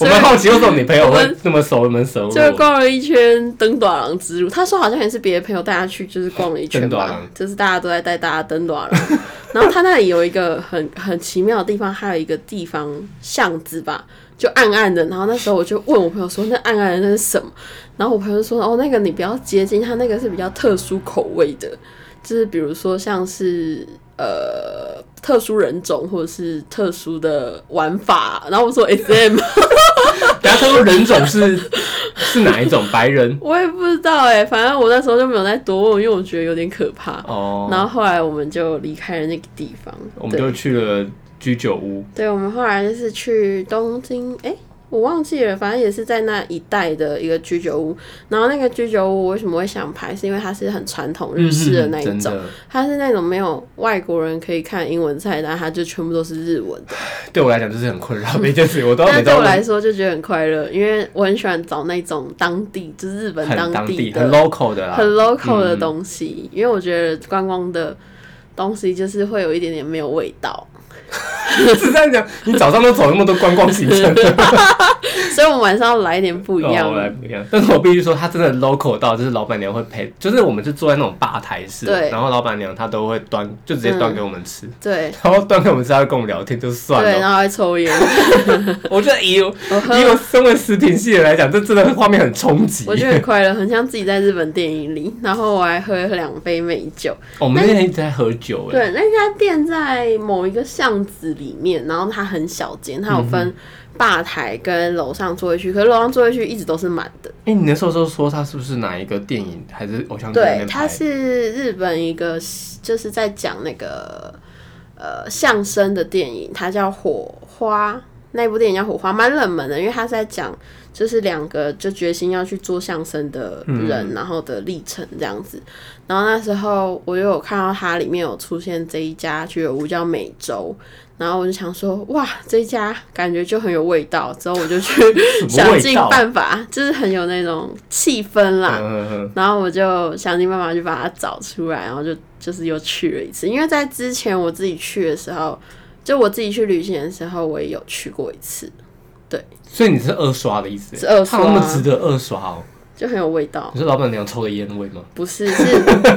Speaker 1: 我
Speaker 2: 所以
Speaker 1: 们好奇为什么你朋友
Speaker 2: 我
Speaker 1: 会
Speaker 2: 们
Speaker 1: 那么熟门熟
Speaker 2: 就
Speaker 1: 路？
Speaker 2: 逛了一圈登短廊之路。他说好像也是别的朋友带他去，就是逛了一圈
Speaker 1: 登短
Speaker 2: 吧
Speaker 1: 廊，
Speaker 2: 就是大家都在带大家登短廊。 然后他那里有一个很很奇妙的地方，还有一个地方巷子吧，就暗暗的。然后那时候我就问我朋友说，那暗暗的那是什么？然后我朋友说，哦，那个你不要接近，它那个是比较特殊口味的，就是比如说像是。呃，特殊人种或者是特殊的玩法，然后我说 S M，
Speaker 1: 等下他说人种是是哪一种？白 人
Speaker 2: 我也不知道哎、反正我那时候就没有再多问，因为我觉得有点可怕。然
Speaker 1: 哦，
Speaker 2: 后后来我们就离开了那个地方，
Speaker 1: 我们就
Speaker 2: 对，
Speaker 1: 去了居酒屋，
Speaker 2: 对，我们后来就是去东京，哎、我忘记了，反正也是在那一带的一个居酒屋。然后那个居酒屋我为什么会想拍，是因为它是很传统日式的那一
Speaker 1: 嗯真
Speaker 2: 种，
Speaker 1: 的，
Speaker 2: 它是那种没有外国人可以看英文菜单，它就全部都是日文。
Speaker 1: 对我来讲就是很困扰的一件事，我都要每
Speaker 2: 但对
Speaker 1: 到
Speaker 2: 我来说就觉得很快乐，因为我很喜欢找那种当地，就是日本
Speaker 1: 很当
Speaker 2: 地
Speaker 1: 地
Speaker 2: 的
Speaker 1: 很 local 的啦，
Speaker 2: 很 local 的
Speaker 1: 嗯
Speaker 2: 东西，因为我觉得观光的东西就是会有一点点没有味道，
Speaker 1: 是这样讲。你早上都走那么多观光行程，
Speaker 2: 所以我们晚上要来一点 不一样
Speaker 1: 哦来
Speaker 2: 的。
Speaker 1: 不一样。但是我必须说，他真的 local 到，就是老板娘会陪，就是我们是坐在那种吧台式，
Speaker 2: 对嗯
Speaker 1: 然后老板娘她都会端，就直接端给我们吃，
Speaker 2: 对
Speaker 1: 然后端给我们吃，她会跟我们聊天，就算
Speaker 2: 对，
Speaker 1: 了。
Speaker 2: 然后还抽 烟，
Speaker 1: 我觉得以我
Speaker 2: 我 喝
Speaker 1: 以，我身为食品系的来讲，这真的画面很冲击。
Speaker 2: 我觉得很快乐，很像自己在日本电影里。然后我还喝了两杯美酒。
Speaker 1: 我们那天一直在喝酒，哎，
Speaker 2: 对，那家店在某一个巷子里面，然后它很小间，它有
Speaker 1: 嗯
Speaker 2: 分吧台跟楼上座位区，可是楼上座位区一直都是满的。
Speaker 1: 哎，你那时候就说他是不是哪一个电影还是偶像剧里
Speaker 2: 对
Speaker 1: 面，
Speaker 2: 它
Speaker 1: 拍？
Speaker 2: 是日本一个就是在讲那个呃相声的电影，它叫《火花》，那部电影叫《火花》，蛮冷门的，因为它是在讲就是两个就决心要去做相声的
Speaker 1: 嗯
Speaker 2: 人，然后的历程这样子。然后那时候我就有看到它里面有出现这一家居酒屋叫美洲。然后我就想说，哇，这一家感觉就很有味道。之后我 就去
Speaker 1: 什么
Speaker 2: 想
Speaker 1: 味
Speaker 2: 尽
Speaker 1: 道？
Speaker 2: 办法，就是很有那种气氛啦。
Speaker 1: 嗯，
Speaker 2: 然后我就想尽办法去把它找出来，然后就就是又去了一次。因为在之前我自己去的时候，就我自己去旅行的时候，我也有去过一次，
Speaker 1: 所以你是二刷的意思？欸
Speaker 2: 是二刷啊
Speaker 1: 它有那么值得二刷哦？
Speaker 2: 就很有味道，
Speaker 1: 你说老板娘抽的烟味吗？
Speaker 2: 不是是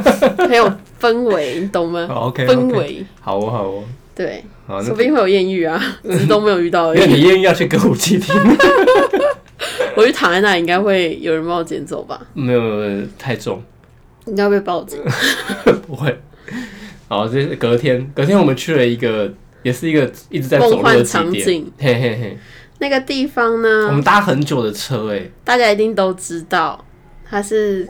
Speaker 2: 很有氛围，你懂吗？
Speaker 1: 哦，OK，OK
Speaker 2: 氛围，
Speaker 1: 好哦，好哦，
Speaker 2: 对，
Speaker 1: 好，
Speaker 2: 说
Speaker 1: 那
Speaker 2: 不定会有艳遇啊， 只是都没有遇到而
Speaker 1: 那
Speaker 2: 已。
Speaker 1: 你愿意要去歌舞伎厅？
Speaker 2: 我就躺在那，应该会有人把我捡走吧？
Speaker 1: 没有，没有没有太重，
Speaker 2: 应该会被报警。
Speaker 1: 不会。好，这是隔天，隔天我们去了一个，也是一个一直在走路
Speaker 2: 梦
Speaker 1: 的
Speaker 2: 幻
Speaker 1: 景
Speaker 2: 场
Speaker 1: 点，
Speaker 2: 景
Speaker 1: 嘿嘿嘿，
Speaker 2: 那个地方
Speaker 1: 我
Speaker 2: 呢，
Speaker 1: 们搭很久的车、欸诶，
Speaker 2: 大家一定都知道，它是《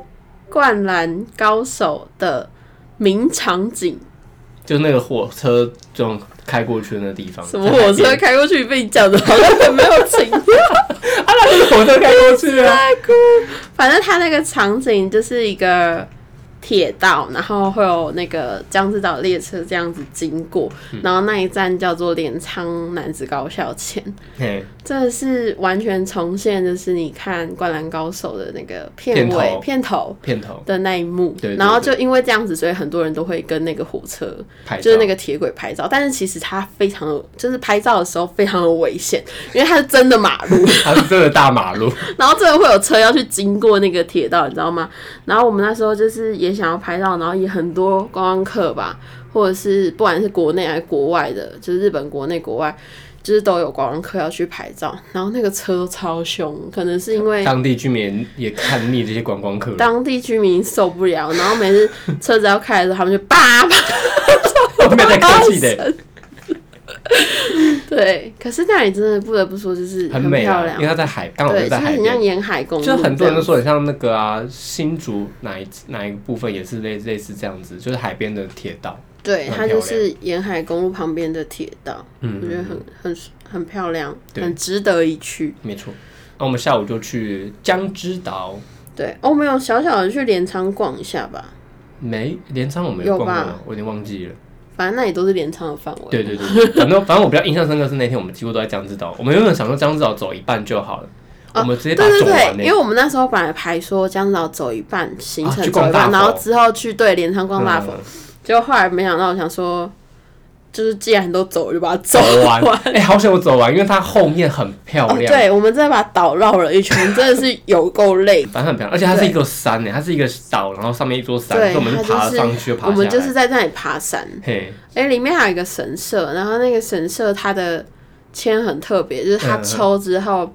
Speaker 2: 灌篮高手》的名场景。
Speaker 1: 哎，就那个火车这种开过去的那个地方，
Speaker 2: 什么火车
Speaker 1: 在那边？
Speaker 2: 开过去被你讲的好像很没有情调。
Speaker 1: 啊，那就是火车开过去啊！
Speaker 2: 反正它那个场景就是一个铁道，然后会有那个江之岛列车这样子经过，
Speaker 1: 嗯
Speaker 2: 然后那一站叫做镰仓男子高校前，
Speaker 1: 嘿，
Speaker 2: 真的是完全重现，就是你看《灌篮高手》的那个片尾
Speaker 1: 片头
Speaker 2: 片头
Speaker 1: 片头
Speaker 2: 的那一幕，
Speaker 1: 对对
Speaker 2: 然后就因为这样子，所以很多人都会跟那个火车
Speaker 1: 拍照，
Speaker 2: 就是 那个铁轨拍照，但是其实它非常的，就是拍照的时候非常的危险， 因为它是真的马路，
Speaker 1: 它是真的大马路，
Speaker 2: 然后真的会有车要去经过那个铁道，你知道吗？然后我们那时候就是也想要拍照，然后也很多观光客吧，或者是不管是国内还是国外的，就是日本国内国外。就是都有观光客要去拍照，然后那个车超凶，可能是因为
Speaker 1: 当地居民也看腻这些观光客了，
Speaker 2: 当地居民受不了，然后每次车子要开的时候，他们就叭叭
Speaker 1: 我没有在客气的，
Speaker 2: 对，可是那里真的不得不说，就是
Speaker 1: 很
Speaker 2: 漂
Speaker 1: 美啊，
Speaker 2: 亮
Speaker 1: 因为，它在海，刚好
Speaker 2: 对，
Speaker 1: 就
Speaker 2: 就
Speaker 1: 在
Speaker 2: 是
Speaker 1: 海
Speaker 2: 很像
Speaker 1: 边。
Speaker 2: 沿海公路，
Speaker 1: 就很多人都，说很像那个啊，新竹哪一哪一个部分也是类类似这样子，就是海边的铁道。
Speaker 2: 对，
Speaker 1: 很
Speaker 2: 它
Speaker 1: 漂
Speaker 2: 就是沿海公路旁边的铁道，我觉得
Speaker 1: 嗯，
Speaker 2: 很很很漂亮，
Speaker 1: 对
Speaker 2: 很值得一去。
Speaker 1: 没错。那我们下午就去江之岛，
Speaker 2: 对，哦，没有，小小的去镰仓逛一下吧，
Speaker 1: 没镰仓我没
Speaker 2: 有
Speaker 1: 逛过
Speaker 2: 吧
Speaker 1: 吗，我有点忘记了。
Speaker 2: 反正那里都是镰仓的范围。
Speaker 1: 对对对，对反正反正我比较印象深刻是那天我们几乎都在江之岛，我们原本想说江之岛走一半就好了，
Speaker 2: 哦
Speaker 1: 我们直接把
Speaker 2: 对
Speaker 1: 它
Speaker 2: 对
Speaker 1: 走
Speaker 2: 对
Speaker 1: 完，
Speaker 2: 因为
Speaker 1: 呢。
Speaker 2: 我们那时候本来排说江岛走一半，行
Speaker 1: 欸啊
Speaker 2: 程
Speaker 1: 去
Speaker 2: 走
Speaker 1: 逛
Speaker 2: 一半，
Speaker 1: 大
Speaker 2: 然后
Speaker 1: 佛
Speaker 2: 之后去对镰仓逛大佛，
Speaker 1: 嗯
Speaker 2: 结果后来没想到，我想说，就是既然都走，我就把它走
Speaker 1: 走完，哎，好想我走完，因为它后面很漂
Speaker 2: 哦，
Speaker 1: 亮，
Speaker 2: 对，我们再把岛绕了一圈，真的是有够
Speaker 1: 。
Speaker 2: 累
Speaker 1: 反正很漂亮，而且它是一个山欸呢，它是一个岛，然后上面一座山，所
Speaker 2: 对
Speaker 1: 以我们就爬
Speaker 2: 它就是
Speaker 1: 上去，又爬
Speaker 2: 我们
Speaker 1: 下
Speaker 2: 就是
Speaker 1: 来。
Speaker 2: 在那里爬山，
Speaker 1: 嘿，
Speaker 2: 哎、里面还有一个神社，然后那个神社它的签很特别，就是它
Speaker 1: 嗯嗯
Speaker 2: 抽之后，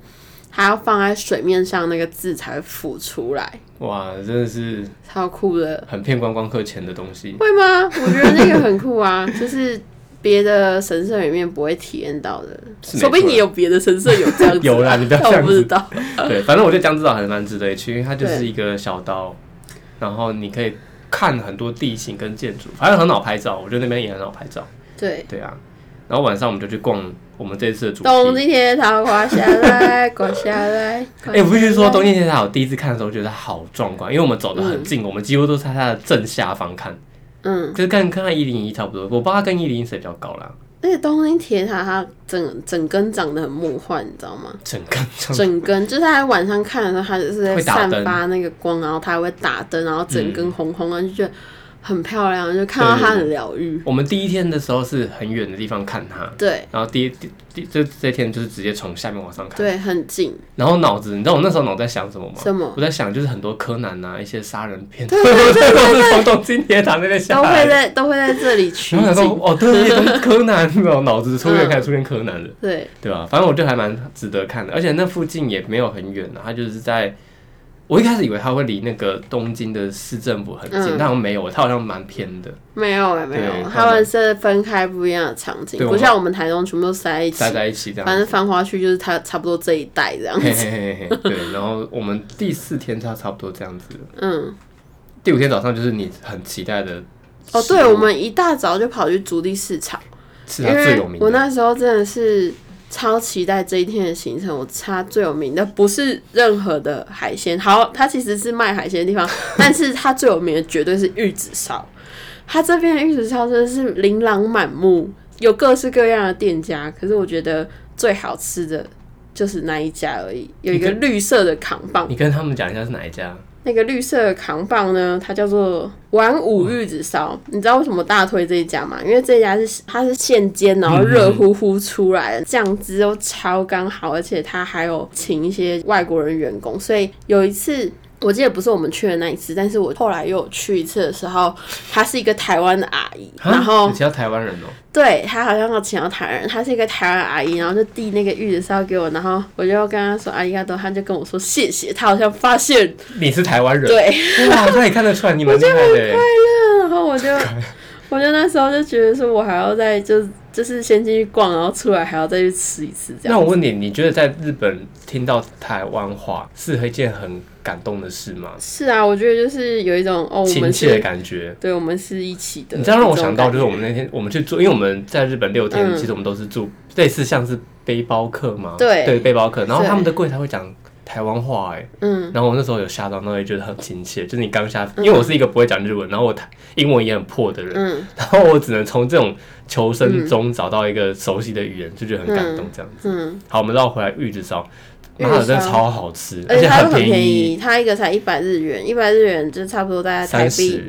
Speaker 2: 它要放在水面上，那个字才会浮出来，
Speaker 1: 哇，真的是
Speaker 2: 超酷的，
Speaker 1: 很骗观光客钱的东西。
Speaker 2: 会吗？我觉得那个很酷啊， 就是别的神社里面不会体验到的，
Speaker 1: 是没
Speaker 2: 说不定
Speaker 1: 错
Speaker 2: 也有别的神社有这样子啊、
Speaker 1: 有啦你不要
Speaker 2: 但
Speaker 1: 这
Speaker 2: 我
Speaker 1: 样
Speaker 2: 不知
Speaker 1: 子
Speaker 2: 道。
Speaker 1: 对，反正我觉得江之岛还蛮值得一去，因为它就
Speaker 2: 对
Speaker 1: 是一个小岛，然后你可以看很多地形跟建筑，反正很好拍照。我觉得那边也很好拍照。
Speaker 2: 对，
Speaker 1: 对啊，然后晚上我们就去逛我们这次的主
Speaker 2: 东
Speaker 1: 题。
Speaker 2: 京铁塔垮下来， 垮下来。
Speaker 1: 哎、
Speaker 2: 垮下来
Speaker 1: 我必须说，东京铁塔我第一次看的时候觉得好壮观，因为我们走得很近，我们几乎都是在它的正下方看，
Speaker 2: 嗯，
Speaker 1: 就是跟跟它一零一差不多。我不知道它跟一零一谁比较高啦，
Speaker 2: 而且东京铁塔啊它整整根长得很梦幻，你知道吗？
Speaker 1: 整个这样
Speaker 2: 整根就是它晚上看的时候，它就是在
Speaker 1: 会打
Speaker 2: 散
Speaker 1: 灯嗯
Speaker 2: 发那个光，然后它还会打灯，然后整根红红的，就觉得很漂亮，就看到它很疗愈。
Speaker 1: 我们第一天的时候是很远的地方看它，
Speaker 2: 对
Speaker 1: 然后第一第第这这天就是直接从下面往上看。
Speaker 2: 对，很近。
Speaker 1: 然后脑子，你知道我那时候脑子在想什么吗？
Speaker 2: 什么
Speaker 1: 我在想就是很多柯南啊，一些杀人片，都是 从东京铁塔那边下
Speaker 2: 都
Speaker 1: 来
Speaker 2: 会
Speaker 1: 的。
Speaker 2: 在都会在这里取
Speaker 1: 然后想
Speaker 2: 景。
Speaker 1: 说，哦，对对对，柯南，然后脑子突
Speaker 2: 嗯
Speaker 1: 然开始出现柯南了，
Speaker 2: 对，
Speaker 1: 对吧？反正我觉得还蛮值得看的，而且那附近也没有很远啊，它就是在。我一开始以为它会离那个东京的市政府很近，
Speaker 2: 嗯
Speaker 1: 但好像没有，它好像蛮偏的，
Speaker 2: 没有哎、没
Speaker 1: 对
Speaker 2: 有，
Speaker 1: 他
Speaker 2: 他
Speaker 1: 们
Speaker 2: 们是分开不一样的场景
Speaker 1: 对，我
Speaker 2: 不
Speaker 1: 们
Speaker 2: 像我们台东全部都塞在一起
Speaker 1: 塞。在一起这样
Speaker 2: 反
Speaker 1: 子。
Speaker 2: 正繁华区就是它差不多这一带这样
Speaker 1: 嘿
Speaker 2: 子。
Speaker 1: 嘿嘿嘿嘿，对。然后我们第四天差差不多这样子了，
Speaker 2: 嗯，
Speaker 1: 第五天早上就是你很期待的
Speaker 2: 哦，
Speaker 1: 食
Speaker 2: 对，
Speaker 1: 物
Speaker 2: 我们一大早就跑去竹地市场，
Speaker 1: 是
Speaker 2: 因
Speaker 1: 它啊最
Speaker 2: 为
Speaker 1: 有名的。
Speaker 2: 我那时候真的是超期待这一天的行程。我差最有名的不是任何的海鲜，好，它其实是卖海鲜 的地方，但是它最有名的绝对是玉子烧。它这边的玉子烧真的是琳琅满目，有各式各样的店家，可是我觉得最好吃的就是那一家而已，有一个
Speaker 1: 你
Speaker 2: 绿色的扛棒。
Speaker 1: 你跟他们讲一下是哪一家？
Speaker 2: 那个绿色的扛棒呢，它叫做丸五玉子烧。你知道为什么大推这一家吗？因为这家是它是现煎，然后热乎乎出来的，酱汁都超刚好，而且它还有请一些外国人员工，所以有一次。我记得不是我们去的那一次，但是我后来又有去一次的时候，她是一个台湾的阿姨，
Speaker 1: 啊
Speaker 2: 然后
Speaker 1: 你其他台湾人哦、
Speaker 2: 对他好像有请到台湾人，他是一个台湾阿姨，然后就递那个玉子烧给我，然后我就跟他说阿姨嘎多，他就跟我说谢谢，他好像发现
Speaker 1: 你是台湾人，
Speaker 2: 对，
Speaker 1: 哇，那也看得出来你蛮厉害的欸。
Speaker 2: 然后我就我就那时候就觉得说我还要再就就是先进去逛，然后出来还要再去吃一次这
Speaker 1: 那
Speaker 2: 样。
Speaker 1: 我问你，你觉得在日本听到台湾话是一件很感动的事吗？
Speaker 2: 是啊，我觉得就是有一种哦，我
Speaker 1: 亲
Speaker 2: 们
Speaker 1: 切的
Speaker 2: 是，
Speaker 1: 感觉。
Speaker 2: 对，我们是一起的。
Speaker 1: 你这样让我想到，就
Speaker 2: 这
Speaker 1: 是
Speaker 2: 种
Speaker 1: 我们那天我们去住，因为我们在日本六天，
Speaker 2: 嗯
Speaker 1: 其实我们都是住类似像是背包客嘛，
Speaker 2: 对
Speaker 1: 背包客，然后
Speaker 2: 对
Speaker 1: 他们的柜台会讲台湾话，哎，
Speaker 2: 感觉嗯，
Speaker 1: 然后我那时候有吓到，那我也觉得很亲切，就是你刚下，因为我是一个不会讲日文，然后我台英文也很破的人，
Speaker 2: 嗯
Speaker 1: 然后我只能从这种求生中找到一个熟悉的语言，就觉得很感动，这样。
Speaker 2: 嗯，
Speaker 1: 好，我们绕回来玉子烧，
Speaker 2: 玉子
Speaker 1: 妈
Speaker 2: 烧
Speaker 1: 的真的超好吃，
Speaker 2: 而且
Speaker 1: 它
Speaker 2: 它又很便
Speaker 1: 宜，
Speaker 2: 宜，它一个才一百日元，一百日元就差不多大概呃
Speaker 1: 三
Speaker 2: 台币
Speaker 1: 十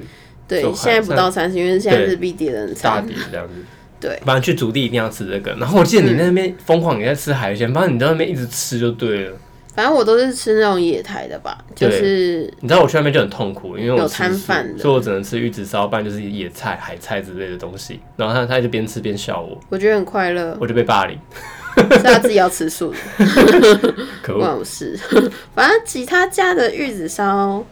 Speaker 2: 对
Speaker 1: 左，右
Speaker 2: 现在不到三十，因为现在
Speaker 1: 对
Speaker 2: 日币跌的很惨
Speaker 1: 大。底这样子。
Speaker 2: 对，
Speaker 1: 反正去竹地一定要吃这个。然后我记
Speaker 2: 嗯
Speaker 1: 得你那边疯狂你在吃海鲜，反正你在那边一直吃就对了。
Speaker 2: 反正我都是吃那种野台的吧，
Speaker 1: 对
Speaker 2: 就是
Speaker 1: 你知道我去那边就很痛苦，因为我
Speaker 2: 有
Speaker 1: 吃
Speaker 2: 摊
Speaker 1: 素
Speaker 2: 贩的
Speaker 1: 所以我只能吃玉子烧，不然就是野菜、海菜之类的东西。然后他他就边吃边笑我，
Speaker 2: 我觉得很快乐，
Speaker 1: 我就被霸凌，
Speaker 2: 是他自己要吃素的，
Speaker 1: 可恶。
Speaker 2: 关我事。 反正其他家的玉子烧，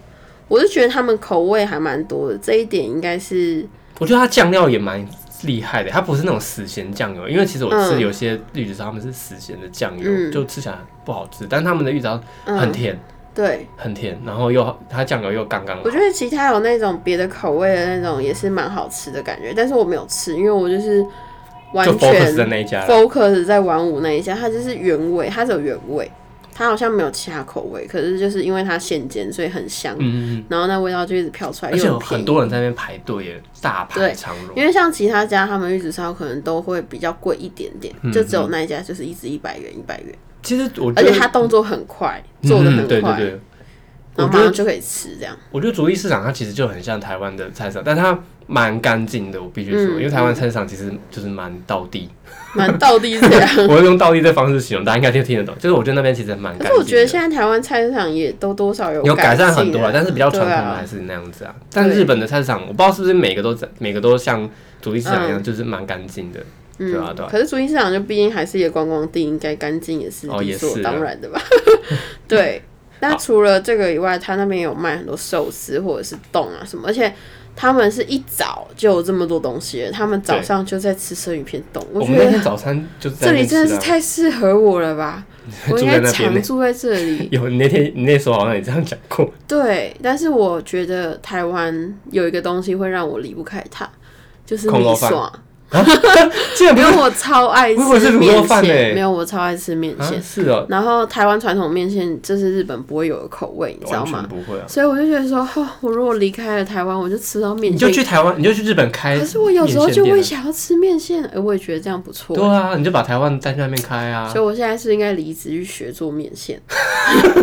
Speaker 2: 我就觉得他们口味还蛮多的，这一点应该是
Speaker 1: 我觉得它酱料也蛮厉害的，它不是那种死咸酱油，因为其实我吃
Speaker 2: 嗯
Speaker 1: 有些玉子烧他们是死咸的酱油，
Speaker 2: 嗯
Speaker 1: 就吃起来不好吃，但他们的玉子烧很
Speaker 2: 嗯，
Speaker 1: 甜，
Speaker 2: 对。
Speaker 1: 很甜，然后又它酱油又刚刚好
Speaker 2: 我。觉得其他有那种别的口味的那种也是蛮好吃的感觉，但是我没有吃，因为我就是完
Speaker 1: 就 focus 在
Speaker 2: 全
Speaker 1: 那一家了，
Speaker 2: focus 在玩舞那一家，它就是原味，它只有原味，它好像没有其他口味，可是就是因为它现煎，所以很香。
Speaker 1: 嗯，嗯嗯
Speaker 2: 然后那味道就一直飘出来，
Speaker 1: 而且
Speaker 2: 又
Speaker 1: 有
Speaker 2: 便宜
Speaker 1: 很多人在那边排队耶，大排
Speaker 2: 对
Speaker 1: 长龙。
Speaker 2: 因为像其他家，他们玉子烧可能都会比较贵一点点，
Speaker 1: 嗯
Speaker 2: 就只有那一家就是一直一百元一百元，
Speaker 1: 其实我觉
Speaker 2: 而
Speaker 1: 得
Speaker 2: 且他动作很快，
Speaker 1: 嗯
Speaker 2: 做的很
Speaker 1: 对对
Speaker 2: 快，
Speaker 1: 对，
Speaker 2: 然后马上就可以吃这样。
Speaker 1: 我觉得竹意市场它其实就很像台湾的菜市场，但它蛮干净的，我必须说，
Speaker 2: 嗯
Speaker 1: 因为台湾菜市场其实就是蛮道 地，
Speaker 2: 蛮到 底这样。
Speaker 1: 我会用道地这方式形容，大家应该就听得懂。就是我觉得那边其实蛮干
Speaker 2: 可
Speaker 1: 净
Speaker 2: 是
Speaker 1: 的。
Speaker 2: 我觉得现在台湾菜市场也都多少有
Speaker 1: 有改善
Speaker 2: 进啊
Speaker 1: 很多啊了，但是比较传统的还
Speaker 2: 对啊
Speaker 1: 是那样子啊。但日本的菜市场，我不知道是不是每个都在每个都像主力市场一
Speaker 2: 嗯
Speaker 1: 样，就是蛮干净的。对啊对啊
Speaker 2: 可是竹林市场就毕竟还是一个观光地，应该干净也是
Speaker 1: 哦
Speaker 2: 理
Speaker 1: 也
Speaker 2: 所
Speaker 1: 是啊
Speaker 2: 当 然的吧？对。那除了这个以外，他那边有卖很多寿司或者是冻啊什么，而且他们是一早就有这么多东西了，他们早
Speaker 1: 对
Speaker 2: 上就在吃生鱼片冻。
Speaker 1: 哦我
Speaker 2: 觉
Speaker 1: 们那
Speaker 2: 得
Speaker 1: 天早餐就是在
Speaker 2: 这
Speaker 1: 那边
Speaker 2: 里
Speaker 1: 啊
Speaker 2: 真的
Speaker 1: 吃的
Speaker 2: 是
Speaker 1: 啊，
Speaker 2: 太适合我了吧？我
Speaker 1: 住
Speaker 2: 应
Speaker 1: 在
Speaker 2: 该
Speaker 1: 那边
Speaker 2: 常
Speaker 1: 呢。
Speaker 2: 住在这 里。
Speaker 1: 有你那天你那时候好像也这样讲过，
Speaker 2: 对，但是我觉得台湾有一个东西会让我离不开它，就是
Speaker 1: 空肉
Speaker 2: 米
Speaker 1: 饭
Speaker 2: 爽。
Speaker 1: 竟然不
Speaker 2: 因
Speaker 1: 是
Speaker 2: 为我超爱
Speaker 1: 我以为是卤
Speaker 2: 吃
Speaker 1: 肉
Speaker 2: 面
Speaker 1: 饭
Speaker 2: 线，
Speaker 1: 欸
Speaker 2: 没有我超爱吃面
Speaker 1: 啊
Speaker 2: 线。
Speaker 1: 是哦，
Speaker 2: 然后台湾传统面线就是日本不会有的口味，你知道
Speaker 1: 完全
Speaker 2: 吗？
Speaker 1: 不会啊。
Speaker 2: 所以我就觉得说，哦，我如果离开了台湾，我就吃到面
Speaker 1: 你就
Speaker 2: 线。
Speaker 1: 去台湾，你就去日本开，
Speaker 2: 可是我有时候就会
Speaker 1: 会，
Speaker 2: 想要吃面线，哎、我也觉得这样不错。
Speaker 1: 啊对啊，你就把台湾带去那边开啊
Speaker 2: 所。以我现在是应该离职去学做面线，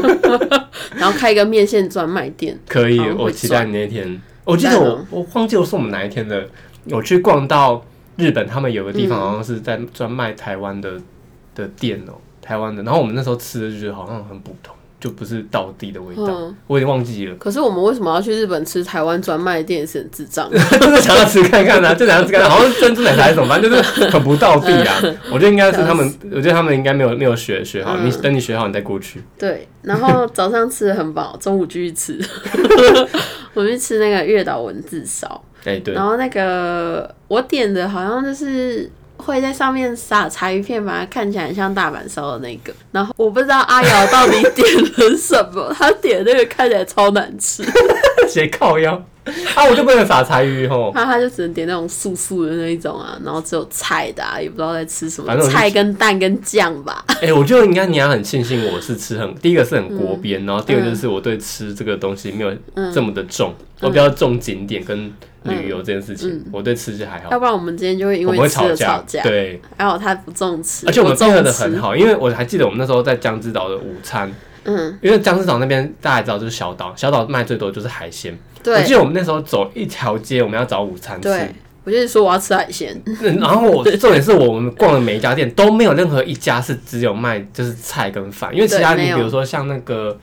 Speaker 2: 然后开一个面线专卖店。
Speaker 1: 可以，
Speaker 2: 哦
Speaker 1: 我
Speaker 2: 会
Speaker 1: 期待你那天。我记得
Speaker 2: 赞
Speaker 1: 我
Speaker 2: 哦
Speaker 1: 我忘记我是我们哪一天的，我去逛到日本，他们有个地
Speaker 2: 嗯
Speaker 1: 方好像是在专卖台湾的的店哦、台湾的。然后我们那时候吃的就觉得好像很普通，就不是道地的味道，
Speaker 2: 嗯。
Speaker 1: 我已经忘记了
Speaker 2: 可是我们为什么要去日本吃台湾专卖店？是很智 障的。
Speaker 1: 就是想要吃看看啊，就想要吃看看，好像是珍珠奶茶还是什么，反正就是很不道地啊。我觉得应该是他们，我觉得他们应该没有没有学学好，
Speaker 2: 嗯
Speaker 1: 你等你学好你再过去。
Speaker 2: 对，然后早上吃的很饱，中午继续吃。 我们去吃那个月岛文字烧，
Speaker 1: 哎、对
Speaker 2: 然，后那个我点的好像就是会在上面撒柴鱼片，把它看起来很像大阪烧的那个。然后我不知道阿瑶到底点了什么，她点的那个看起来超难 吃，
Speaker 1: 斜靠腰啊，我就不能撒柴鱼吼。
Speaker 2: 她她就只能点那种素素的那一种啊，然后只有菜的、啊，也不知道在吃什么
Speaker 1: 反，正我就
Speaker 2: 菜跟蛋跟酱吧。
Speaker 1: 哎、我觉得应该你要很庆幸我是吃很，第一个是
Speaker 2: 嗯
Speaker 1: 很国边，然后第二个就是我对吃这个东西没有这么的重，
Speaker 2: 嗯
Speaker 1: 我比较重景点跟旅游这件事情，我对吃就还好
Speaker 2: 要。不然我们今天就会嗯因
Speaker 1: 我们会
Speaker 2: 为吃
Speaker 1: 吵
Speaker 2: 了吵架。哎
Speaker 1: 对，
Speaker 2: 还好她不重吃，
Speaker 1: 而且我们
Speaker 2: 重
Speaker 1: 配合的
Speaker 2: 吃
Speaker 1: 很好，因为我还记得我们那时候在江之岛的午餐，
Speaker 2: 嗯，
Speaker 1: 因为江之岛那边大家也知道就是小岛，小岛卖最多就是海鲜。我记
Speaker 2: 对
Speaker 1: 得我们那时候走一条街，我们要找午餐吃，
Speaker 2: 对，我就是说我要吃海鲜，
Speaker 1: 嗯然后我重点是我们逛的每一家店都没有任何一家是只有卖就是菜跟饭，因为其他
Speaker 2: 对
Speaker 1: 你
Speaker 2: 没有
Speaker 1: 比如说像那个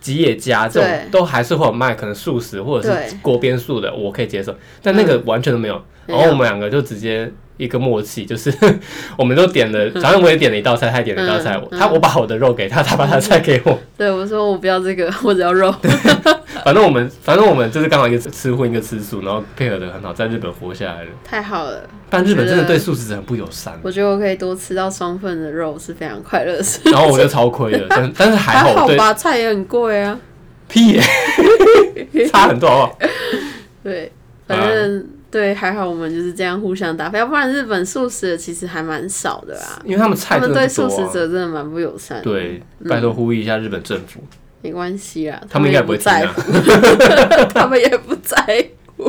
Speaker 1: 吉野家这种
Speaker 2: 对
Speaker 1: 都还是会有卖可能素食或者是
Speaker 2: 对
Speaker 1: 锅边素的，我可以接受，但那个完全都没有。
Speaker 2: 没
Speaker 1: 然后我
Speaker 2: 有
Speaker 1: 们两个就直接一个默契，就是 我们都点了，反正我也点了一道菜，他也点了一道菜，
Speaker 2: 嗯嗯嗯
Speaker 1: 他我把我的肉给他，他把他的菜给我，
Speaker 2: 对我说我不要这个，我 只要肉。
Speaker 1: 反正我们反正我们就是刚好一个吃荤一个吃素，然后配合的很好，在日本活下来了。
Speaker 2: 太好了，
Speaker 1: 但日本真的
Speaker 2: 觉得
Speaker 1: 对素食者很不友善。
Speaker 2: 我觉得我可以多吃到双份的肉是非常快乐的事。
Speaker 1: 然后我就超亏了，但但是还好我对
Speaker 2: 吧，菜也很贵啊。
Speaker 1: 屁、耶， 差很多好不好？
Speaker 2: 对，反正、
Speaker 1: 啊
Speaker 2: 对还好我们就是这样互相搭配，要不然日本素食的其实还蛮少的啦。
Speaker 1: 因为他们菜
Speaker 2: 他
Speaker 1: 真
Speaker 2: 们
Speaker 1: 的
Speaker 2: 对
Speaker 1: 不多
Speaker 2: 素食
Speaker 1: 啊、
Speaker 2: 者嗯真的蛮不友善的。，
Speaker 1: 对，拜托呼吁一下日本政府，
Speaker 2: 没关系啦，
Speaker 1: 他们应该
Speaker 2: 也
Speaker 1: 不会听
Speaker 2: 在
Speaker 1: 啊
Speaker 2: 乎，。他们也不在 乎，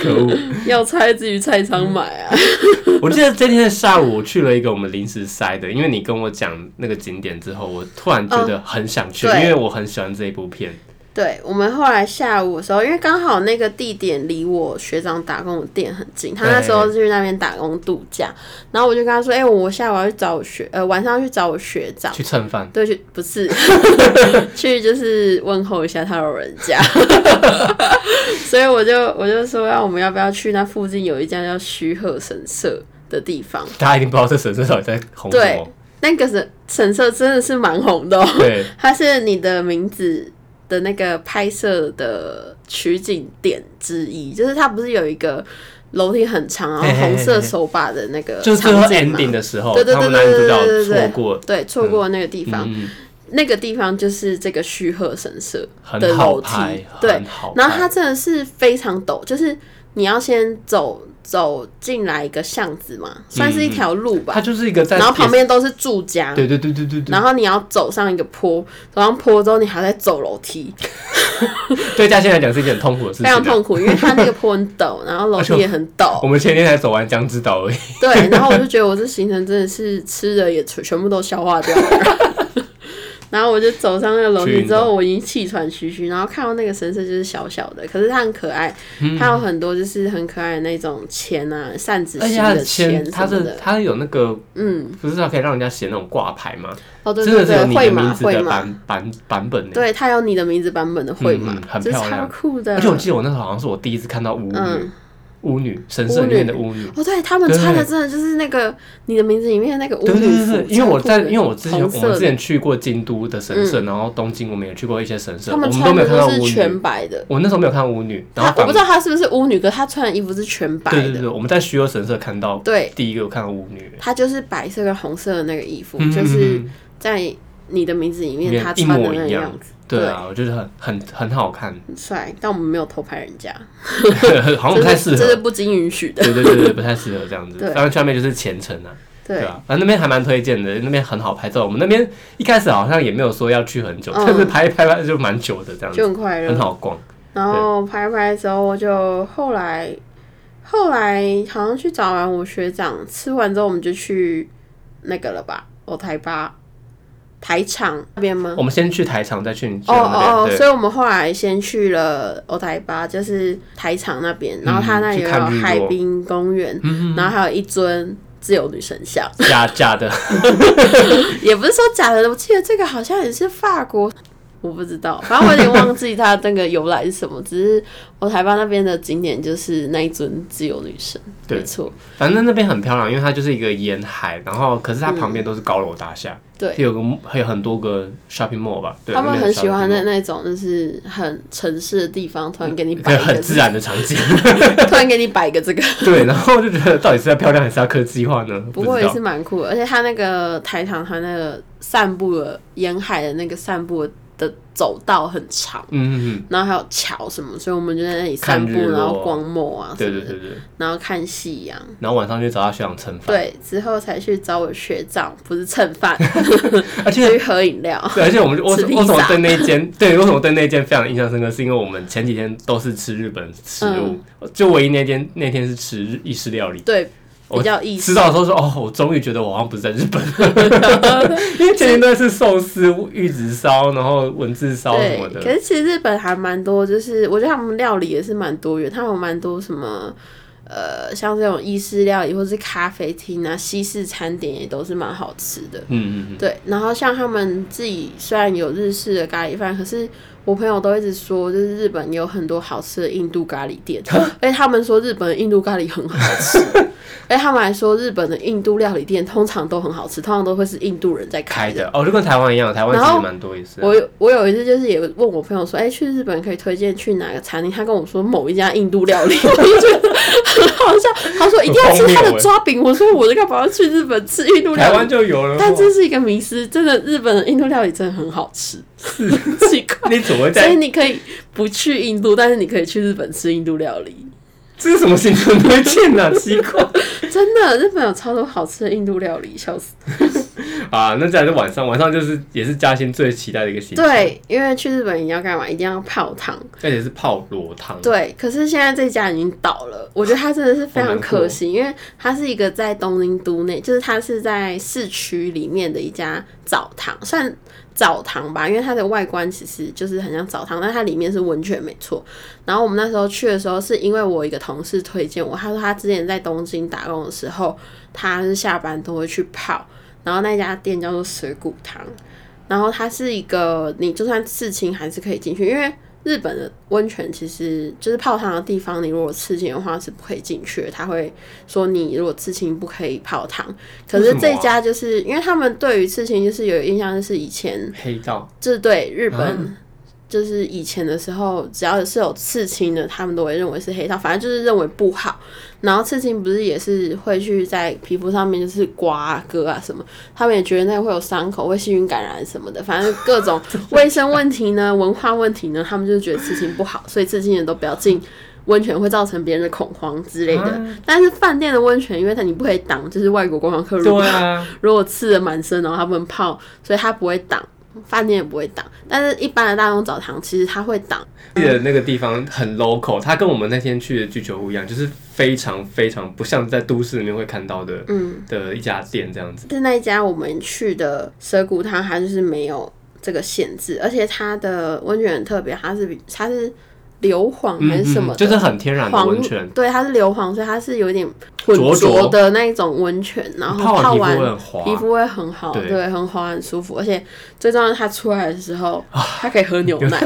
Speaker 1: 可恶！
Speaker 2: 要菜自己去菜场买啊。
Speaker 1: 我记得这天的下午，我去了一个我们临时塞的，因为你跟我讲那个景点之后，我突然觉得很想去，
Speaker 2: 嗯对
Speaker 1: 因为我很喜欢这一部片。
Speaker 2: 对我们后来下午的时候，因为刚好那个地点离我学长打工的店很近，他那时候是去那边打工度假，然后我就跟他说：“哎、我下午要去找我学，呃，晚上要去找我学 长。”
Speaker 1: 去蹭饭，
Speaker 2: 对，去不是去就是问候一下他老人家，所以我就我就说，要我们要不要去那附近有一家叫须贺神社的地方？
Speaker 1: 大家一定不知道这神社到底在红什
Speaker 2: 对
Speaker 1: 么。，
Speaker 2: 那个神神社真的是蛮红的、哦，
Speaker 1: 对，
Speaker 2: 它是你的名字的那个拍摄的取景点之一，就是它不是有一个楼梯很长，然
Speaker 1: 嘿
Speaker 2: 后
Speaker 1: 嘿嘿
Speaker 2: 红色
Speaker 1: 嘿
Speaker 2: 手把的那个
Speaker 1: 就是最后
Speaker 2: 场景嘛
Speaker 1: ending 的时候，
Speaker 2: 对对
Speaker 1: 他
Speaker 2: 对
Speaker 1: 们男主
Speaker 2: 对对
Speaker 1: 角
Speaker 2: 对对
Speaker 1: 错过，
Speaker 2: 对，错过那个地方。
Speaker 1: 嗯，
Speaker 2: 那个地方就是这个须贺神社的
Speaker 1: 很好
Speaker 2: 楼梯
Speaker 1: 拍，，
Speaker 2: 对
Speaker 1: 很，好拍。
Speaker 2: 然后它真的是非常陡，就是你要先走走进来一个巷子嘛，算是一条路
Speaker 1: 嗯它
Speaker 2: 吧，
Speaker 1: 就是一个在
Speaker 2: 然后
Speaker 1: 铁
Speaker 2: 旁边都是住家，
Speaker 1: 对对对对对对，
Speaker 2: 然后你要走上一个坡，走上坡之后你还在走楼梯，
Speaker 1: 对嘉欣来讲是一件很痛苦的事情，
Speaker 2: 非常。痛苦，因为它那个坡很陡，然后楼梯也很陡
Speaker 1: 我，们前天才走完江之岛而已，
Speaker 2: 对，然后我就觉得我这行程真的是吃的也全全部都消化掉了。 然后我就走上那个楼
Speaker 1: 去
Speaker 2: 梯
Speaker 1: 运
Speaker 2: 之
Speaker 1: 动
Speaker 2: 后，我已经气喘吁吁。然后看到那个神社就是小小的，可是它很可爱，
Speaker 1: 嗯
Speaker 2: 它有很多就是很可爱的那种钱啊、扇子
Speaker 1: 而且
Speaker 2: 型
Speaker 1: 它
Speaker 2: 的
Speaker 1: 的签，
Speaker 2: 钱
Speaker 1: 它
Speaker 2: 什么
Speaker 1: 是
Speaker 2: 的。
Speaker 1: 它有那个，
Speaker 2: 嗯，
Speaker 1: 不是它可以让人家写那种挂牌吗？
Speaker 2: 哦对
Speaker 1: 真
Speaker 2: 对
Speaker 1: 的是有
Speaker 2: 对，
Speaker 1: 你
Speaker 2: 会
Speaker 1: 的
Speaker 2: 马
Speaker 1: 名字
Speaker 2: 会
Speaker 1: 的
Speaker 2: 马，
Speaker 1: 版版版本呢。
Speaker 2: 对，它有你的名字版本的会马
Speaker 1: 嗯嗯，很
Speaker 2: 这
Speaker 1: 漂
Speaker 2: 超
Speaker 1: 亮
Speaker 2: 酷的。
Speaker 1: 而且我记得我那时候好像是我第一次看到巫女
Speaker 2: 嗯，
Speaker 1: 巫女神社里面的巫女。
Speaker 2: 哦，对他们
Speaker 1: 对
Speaker 2: 穿的真的就是那个你的名字里面的那个巫
Speaker 1: 对对
Speaker 2: 女服
Speaker 1: 对，对，因为我
Speaker 2: 超酷
Speaker 1: 在，
Speaker 2: 的
Speaker 1: 因为我之前
Speaker 2: 红
Speaker 1: 我
Speaker 2: 色
Speaker 1: 们
Speaker 2: 的
Speaker 1: 之前去过京都的神社，然后东京我们也去过一些神社，
Speaker 2: 他
Speaker 1: 我
Speaker 2: 们
Speaker 1: 们都
Speaker 2: 穿
Speaker 1: 没有
Speaker 2: 的
Speaker 1: 看到
Speaker 2: 都是
Speaker 1: 巫女。
Speaker 2: 全白的，
Speaker 1: 我那时候没有看到巫女，然
Speaker 2: 她
Speaker 1: 后
Speaker 2: 我
Speaker 1: 反
Speaker 2: 不知道她是不是巫女，可是她穿的衣服是全白
Speaker 1: 对
Speaker 2: 的。
Speaker 1: 对对，对我们在虚有神社看到
Speaker 2: 对
Speaker 1: 第一个我看到巫女，
Speaker 2: 她就是白色跟红色的那个衣服，
Speaker 1: 嗯
Speaker 2: 就是在你的名字里
Speaker 1: 里面
Speaker 2: 面她穿
Speaker 1: 一
Speaker 2: 的
Speaker 1: 模
Speaker 2: 那个
Speaker 1: 一样
Speaker 2: 样子，
Speaker 1: 对啊，我觉得很很很好 看，
Speaker 2: 很帅。但我们没有偷拍人家，
Speaker 1: 好像不太适
Speaker 2: 这是这是
Speaker 1: 合。
Speaker 2: 不经允许的。
Speaker 1: 对对对对，不太适合这样子。
Speaker 2: 对
Speaker 1: 当然，下面就是前程啊，对
Speaker 2: 对，
Speaker 1: 啊，反正那边还蛮推荐的，那边很好拍照。我们那边一开始好像也没有说要去很久，
Speaker 2: 嗯
Speaker 1: 但是拍一拍拍就蛮久的这样
Speaker 2: 就
Speaker 1: 子，
Speaker 2: 很快
Speaker 1: 很
Speaker 2: 乐。
Speaker 1: 好逛。
Speaker 2: 然后拍拍之后，我就后来后来好像去找完我学长，吃完之后我们就去那个了吧，哦台吧台场那边吗？
Speaker 1: 我们先去台场，再去你
Speaker 2: 哦嗯哦
Speaker 1: 那
Speaker 2: 哦，
Speaker 1: 边，对，
Speaker 2: 所以我们后来先去了欧台巴，就是台场那边，然后它那
Speaker 1: 嗯
Speaker 2: 里
Speaker 1: 去
Speaker 2: 有
Speaker 1: 看日落嗯
Speaker 2: 海滨公园，然后还有一尊自由女神像，
Speaker 1: 假假的，
Speaker 2: 也不是说假的，我记得这个好像也是法国。我不知道，反正我有点忘记它那个由来是什么。只是我台巴那边的景点就是那一尊自由女神，
Speaker 1: 对
Speaker 2: 没错，
Speaker 1: 反正那边很漂亮，因为它就是一个沿海，然后可是它旁边都是高楼大厦，
Speaker 2: 对
Speaker 1: 有个还有很多个 shopping mall 吧，对，
Speaker 2: 他们
Speaker 1: 那边有
Speaker 2: 很喜
Speaker 1: shopping
Speaker 2: 欢
Speaker 1: mall
Speaker 2: 那那种就是很城市的地方，突然给你
Speaker 1: 对
Speaker 2: 摆一 个
Speaker 1: 很自然的场景。
Speaker 2: 这个，突然给你摆一个这个，
Speaker 1: 对，然后我就觉得到底是要漂亮还是要科技化呢？
Speaker 2: 不
Speaker 1: 知
Speaker 2: 过也
Speaker 1: 道
Speaker 2: 是。蛮酷的，而且他那个台糖，他那个散步的沿海的那个散步的走道很长，
Speaker 1: 嗯嗯
Speaker 2: 然后还有桥什么，所以我们就在那里散步
Speaker 1: 看日，落
Speaker 2: 然后逛墨啊
Speaker 1: 嗯，对
Speaker 2: 什
Speaker 1: 对
Speaker 2: 么的，
Speaker 1: 对对。
Speaker 2: 然后看夕阳。
Speaker 1: 然后晚上就找他学长蹭 饭，
Speaker 2: 对，之后才去找我学长，不是蹭饭，
Speaker 1: 而且
Speaker 2: 去喝饮料。
Speaker 1: 对，而且我们就我
Speaker 2: 哦吃披萨
Speaker 1: 为什么对那一间对为什么对那一间非常印象深刻，是因为我们前几
Speaker 2: 嗯
Speaker 1: 天都是吃日本食物，就唯一那天那天是吃日意式料理，
Speaker 2: 对，比较意
Speaker 1: 吃到的时候说哦，我终于觉得我好像不是在日 本，因为前一段是寿司、玉子烧，然后文字烧什么
Speaker 2: 对，可
Speaker 1: 的。
Speaker 2: 是其实日本还蛮多，就是我觉得他们料理也是蛮多元，他们有蛮多什么。呃，像这种意式料理或是咖啡厅啊，西式餐点也都是蛮好吃的。
Speaker 1: 嗯嗯嗯，
Speaker 2: 对，然后像他们自己虽然有日式的咖喱饭，可是我朋友都一直说，就是日本有很多好吃的印度咖喱店，而且他们说日本的印度咖喱很好 吃，而且他们还说日本的印度料理店通常都很好吃，通常都会是印度人在
Speaker 1: 开
Speaker 2: 开的。啊
Speaker 1: 的哦，就跟台湾一样，台湾
Speaker 2: 然
Speaker 1: 其
Speaker 2: 后
Speaker 1: 实蛮多也是啊。
Speaker 2: 我有我有一次就是也问我朋友说，哎、去日本可以推荐去哪个餐厅？他跟我说某一家印度料 理，我就觉得很欸好笑。他说一定要吃他的抓饼，我说我就干嘛要去日本吃印度
Speaker 1: 台
Speaker 2: 料
Speaker 1: 湾
Speaker 2: 理？
Speaker 1: 就有了，
Speaker 2: 但这是一个迷思，真的，日本的印度料理真的很好吃，很 奇怪。
Speaker 1: 你怎么会
Speaker 2: 所以
Speaker 1: 在？
Speaker 2: 你可以不去印度，但是你可以去日本吃印度料理。
Speaker 1: 这是什么行程推荐呢？啊 奇怪
Speaker 2: 真的，日本有超多好吃的印度料理，笑死。
Speaker 1: 啊！那再来是晚上，晚上就是也是嘉欣最期待的一个行程，，
Speaker 2: 对，因为去日本一定要干嘛？一定要泡汤。
Speaker 1: 而且是泡裸汤，，
Speaker 2: 对，可是现在这家已经倒了，我觉得它真的是非常可惜，因为它是一个在东京都内，就是它是在市区里面的一家澡堂，算澡堂吧，因为它的外观其实就是很像澡堂，但它里面是温泉没错。然后我们那时候去的时候，是因为我一个同事推荐我，他说他之前在东京打工的时候，他是下班都会去泡，然后那家店叫做水谷堂，然后它是一个你就算刺青还是可以进去，因为。日本的温泉其实就是泡汤的地方，你如果刺青的话是不可以进去的，他会说你如果刺青不可以泡汤。可是
Speaker 1: 为什么啊
Speaker 2: 这家就是、因为他们对于刺青就是有印象，就是以前
Speaker 1: 黑道
Speaker 2: 就是对日本。
Speaker 1: 啊
Speaker 2: 就是以前的时候，只要是有刺青的，他们都会认为是黑道，反正就是认为不好。然后刺青不是也是会去在皮肤上面就是刮啊、割啊什么，他们也觉得那会有伤口、会细菌感染什么的，反正各种卫生问题呢、文化问题呢，他们就是觉得刺青不好，所以刺青人都不要进温泉，会造成别人的恐慌之类的。
Speaker 1: 啊
Speaker 2: 但是饭店的温泉，因为它你不可以挡，就是外国观光客入
Speaker 1: 对啊，
Speaker 2: 如果刺的满身，然后它不能泡，所以它不会挡，饭店也不会挡。但是一般的大众澡堂其实它会挡，
Speaker 1: 记得那个地方很 local，它跟我们那天去的居酒屋一样，就是非常非常不像在都市里面会看到的，嗯，的一家店这样子。
Speaker 2: 但是那一家我们去的蛇骨汤，它就是没有这个限制，而且它的温泉很特别，它是比它是硫磺还是什么的、
Speaker 1: 嗯就是很天然的
Speaker 2: 黄
Speaker 1: 温泉，
Speaker 2: 对，它是硫磺，所以它是有一点浑
Speaker 1: 灼灼
Speaker 2: 浊的那一种温泉，然后
Speaker 1: 泡
Speaker 2: 泡
Speaker 1: 完皮
Speaker 2: 完
Speaker 1: 肤会很滑
Speaker 2: 皮肤会很好，
Speaker 1: 对
Speaker 2: 对，很滑很舒服，而且最重要，的它出来的时候，
Speaker 1: 啊
Speaker 2: 它可以喝牛奶。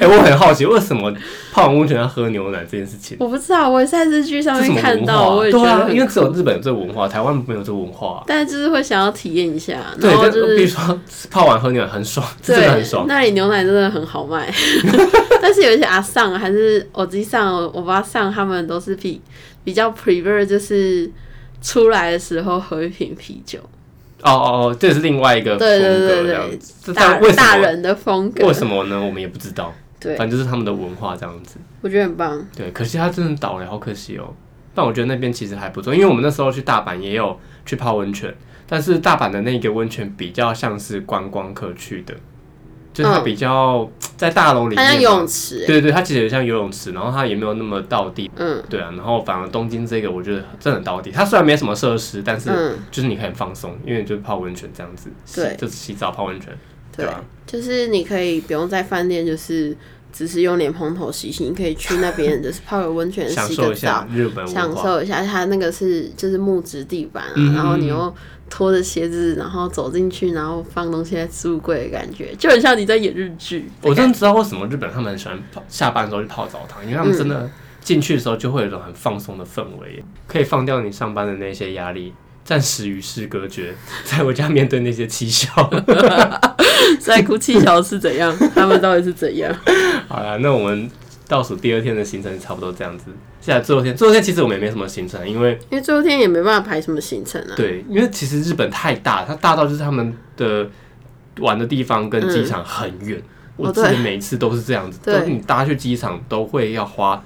Speaker 1: 哎、我很好奇为什么泡完温泉要喝牛奶这件事情，
Speaker 2: 我不知道，我在日剧上
Speaker 1: 这什么
Speaker 2: 面看
Speaker 1: 文化、
Speaker 2: 到，
Speaker 1: 啊？
Speaker 2: 我也觉
Speaker 1: 对
Speaker 2: 得
Speaker 1: 啊，
Speaker 2: 很
Speaker 1: 因为只有日本有这个文化，台湾没有这个文化啊、
Speaker 2: 但就是会想要体验一下，
Speaker 1: 对，
Speaker 2: 然后
Speaker 1: 但
Speaker 2: 就
Speaker 1: 必须
Speaker 2: 是
Speaker 1: 说 泡完喝牛奶很爽，真的很
Speaker 2: 对
Speaker 1: 爽。
Speaker 2: 那里牛奶真的很 好卖，但是有一些阿上还是我自己上我爸上他们都是比比较 prefer 就是出来的时候喝一瓶啤酒，
Speaker 1: 哦哦哦，这也是另外一个风
Speaker 2: 对对对
Speaker 1: 格这样
Speaker 2: 对
Speaker 1: 子。这
Speaker 2: 大
Speaker 1: 但为什么
Speaker 2: 大人的风格，
Speaker 1: 为什么呢？我们也不知道，
Speaker 2: 对
Speaker 1: 反，正就是他们的文化这样子。
Speaker 2: 我觉得很棒，
Speaker 1: 对，可惜他真的倒了，好可惜哦。但我觉得那边其实还不错，因为我们那时候去大阪也有去泡温泉，但是大阪的那个温泉比较像是观光客去的，就是它
Speaker 2: 嗯
Speaker 1: 比较、在大楼里
Speaker 2: 它
Speaker 1: 面
Speaker 2: 像
Speaker 1: 嘛
Speaker 2: 游泳池、欸，
Speaker 1: 对对，它其实有点像游泳池，然后它也没有那么到地，
Speaker 2: 嗯
Speaker 1: 对啊。然后反而东京这个我觉得真的很到地，它虽然没什么设施，但是
Speaker 2: 嗯，
Speaker 1: 就是你可以很放松，因为你就是泡温泉这样子，洗
Speaker 2: 对
Speaker 1: 就是洗澡泡温泉，
Speaker 2: 对
Speaker 1: 吧？
Speaker 2: 就是你可以不用在饭店就是。只是用脸盆头洗洗，你可以去那边，就是泡个温泉，
Speaker 1: 享
Speaker 2: 洗
Speaker 1: 受
Speaker 2: 个
Speaker 1: 一
Speaker 2: 澡
Speaker 1: 下，日本文
Speaker 2: 享
Speaker 1: 化。
Speaker 2: 受一下，它那个是就是木质地板啊，
Speaker 1: 嗯
Speaker 2: 然后你又拖着鞋子，然后走进去，然后放东西在置物柜的感觉，就很像你在演日剧。
Speaker 1: 我真的知道为什么日本他们很喜欢泡下班的时候去泡澡堂，因为他们真
Speaker 2: 嗯
Speaker 1: 的进去的时候就会有一种很放松的氛围，可以放掉你上班的那些压力，暂时与世隔绝，在回家面对那些讥 笑。
Speaker 2: 在哭泣桥是怎样？他们到底是怎样？
Speaker 1: 好啦，那我们倒数第二天的行程差不多这样子。现在最后一天，最后一天其实我们也没什么行程，因为
Speaker 2: 因为最后一天也没办法排什么行程啊。
Speaker 1: 对，因为其实日本太大，它大到就是他们的玩的地方跟机场很远。我
Speaker 2: 嗯哦
Speaker 1: 记
Speaker 2: 对
Speaker 1: 得每一次都是这样子，都
Speaker 2: 对
Speaker 1: 是你搭去机场都会要花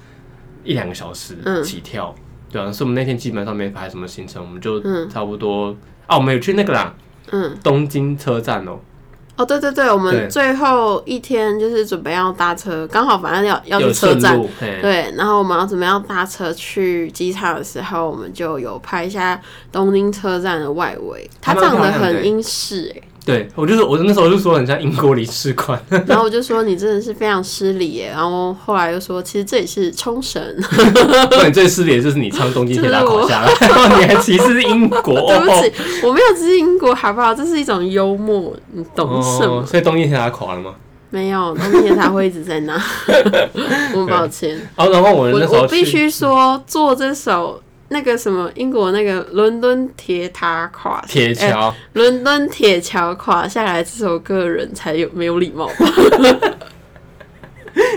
Speaker 1: 一两个小时
Speaker 2: 嗯
Speaker 1: 起跳，对啊，所以我们那天基本上没排什么行程，我们就
Speaker 2: 嗯
Speaker 1: 差不多、啊，我们有去那个啦，
Speaker 2: 嗯，
Speaker 1: 东京车站哦、
Speaker 2: 哦，对对对，我
Speaker 1: 对
Speaker 2: 们最后一天就是准备要搭车，刚好反正要要
Speaker 1: 有
Speaker 2: 去车
Speaker 1: 顺
Speaker 2: 站，
Speaker 1: 路，嘿，
Speaker 2: 对，然后我们要准备要搭车去机场的时候，我们就有拍一下东京车站的外围，它
Speaker 1: 还蛮
Speaker 2: 长得
Speaker 1: 漂亮的
Speaker 2: 很英式哎、
Speaker 1: 对我就是我那时候就说很像英国领事 馆，
Speaker 2: 然后我就说你真的是非常失礼耶，然后后来又说其实这里是冲绳，
Speaker 1: 那你最失礼的就是你唱东京铁塔垮下来，然后你还歧视英国，
Speaker 2: 对不
Speaker 1: 哦，
Speaker 2: 起，我没有支持英国好不好？这是一种幽默，你懂什么？
Speaker 1: 哦所以东京铁塔垮了吗？
Speaker 2: 没有，东铁塔会一直在那， 我抱歉。
Speaker 1: 哦，然后我
Speaker 2: 我
Speaker 1: 那时候
Speaker 2: 我必
Speaker 1: 去
Speaker 2: 须说，做这首那个什么英国那个伦敦铁塔垮
Speaker 1: 铁
Speaker 2: 哎
Speaker 1: 桥，
Speaker 2: 伦敦铁桥垮下来这首歌的人才有没有礼貌吧？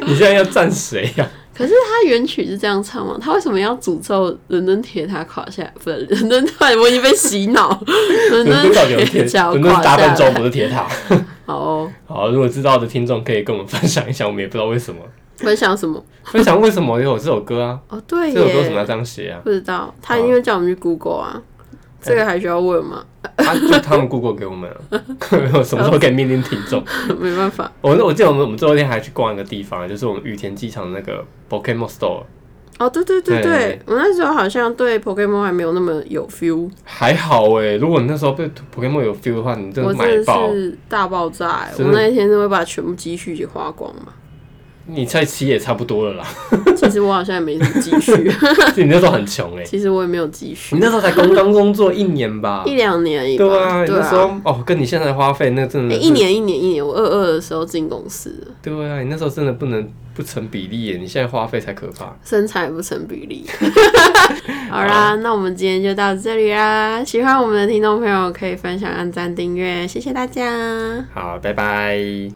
Speaker 1: 你现在要站谁 呀？
Speaker 2: 可是他原曲是这样唱吗？他为什么要诅咒伦敦铁塔垮下来？不是伦敦， 我已经被洗脑。伦
Speaker 1: 伦敦到底有
Speaker 2: 敦
Speaker 1: 铁
Speaker 2: 铁桥
Speaker 1: 伦敦
Speaker 2: 垮
Speaker 1: 是大
Speaker 2: 下
Speaker 1: 笨钟
Speaker 2: 来
Speaker 1: 不。是铁 塔。
Speaker 2: 好哦，
Speaker 1: 好，如果知道的听众可以跟我们分享一下，我们也不知道为什么。
Speaker 2: 分享什么？
Speaker 1: 分享为什么有这首歌啊？
Speaker 2: 哦，对
Speaker 1: 这首歌哎为什么要
Speaker 2: 耶，
Speaker 1: 这样写啊？
Speaker 2: 不知道。他因为叫我们去 Google 啊，这个还需要问吗？
Speaker 1: 他啊就他们 Google 给我们啊， 我什么时候可以命令听众？
Speaker 2: 没办法。
Speaker 1: 我我记得我们我们最后一天还去逛一个地方，就是我们羽田机场的那个 Pokemon Store，
Speaker 2: 哦，对对对
Speaker 1: 对
Speaker 2: 对，我那时候好像对 Pokemon 还没有那么有 feel，
Speaker 1: 还好哎、如果你那时候被 Pokemon 有 feel 的话，你真
Speaker 2: 我
Speaker 1: 的
Speaker 2: 真
Speaker 1: 买
Speaker 2: 的
Speaker 1: 爆，
Speaker 2: 是大爆炸、欸，我
Speaker 1: 真的
Speaker 2: 那一天都会把全部积蓄给花光嘛。
Speaker 1: 你再期也差不多了啦。
Speaker 2: 其实我好像也没什么积蓄，
Speaker 1: 就你那时候很穷哎、
Speaker 2: 其实我也没有积蓄
Speaker 1: 你，那时候才刚刚工作一年吧？
Speaker 2: 一两年而已吧。
Speaker 1: 对啊，你
Speaker 2: 对
Speaker 1: 那时
Speaker 2: 啊，
Speaker 1: 候哦，跟你现在的花费那真
Speaker 2: 欸
Speaker 1: 的是
Speaker 2: 一年一年一年，我二二的时候进公司的，
Speaker 1: 对啊，你那时候真的不能不成比例耶，你现在花费才可怕。
Speaker 2: 身材不成比例。 好啦，那我们今天就到这里啦。喜欢我们的听众朋友可以分享、按赞、订阅，谢谢大家。
Speaker 1: 好，拜拜。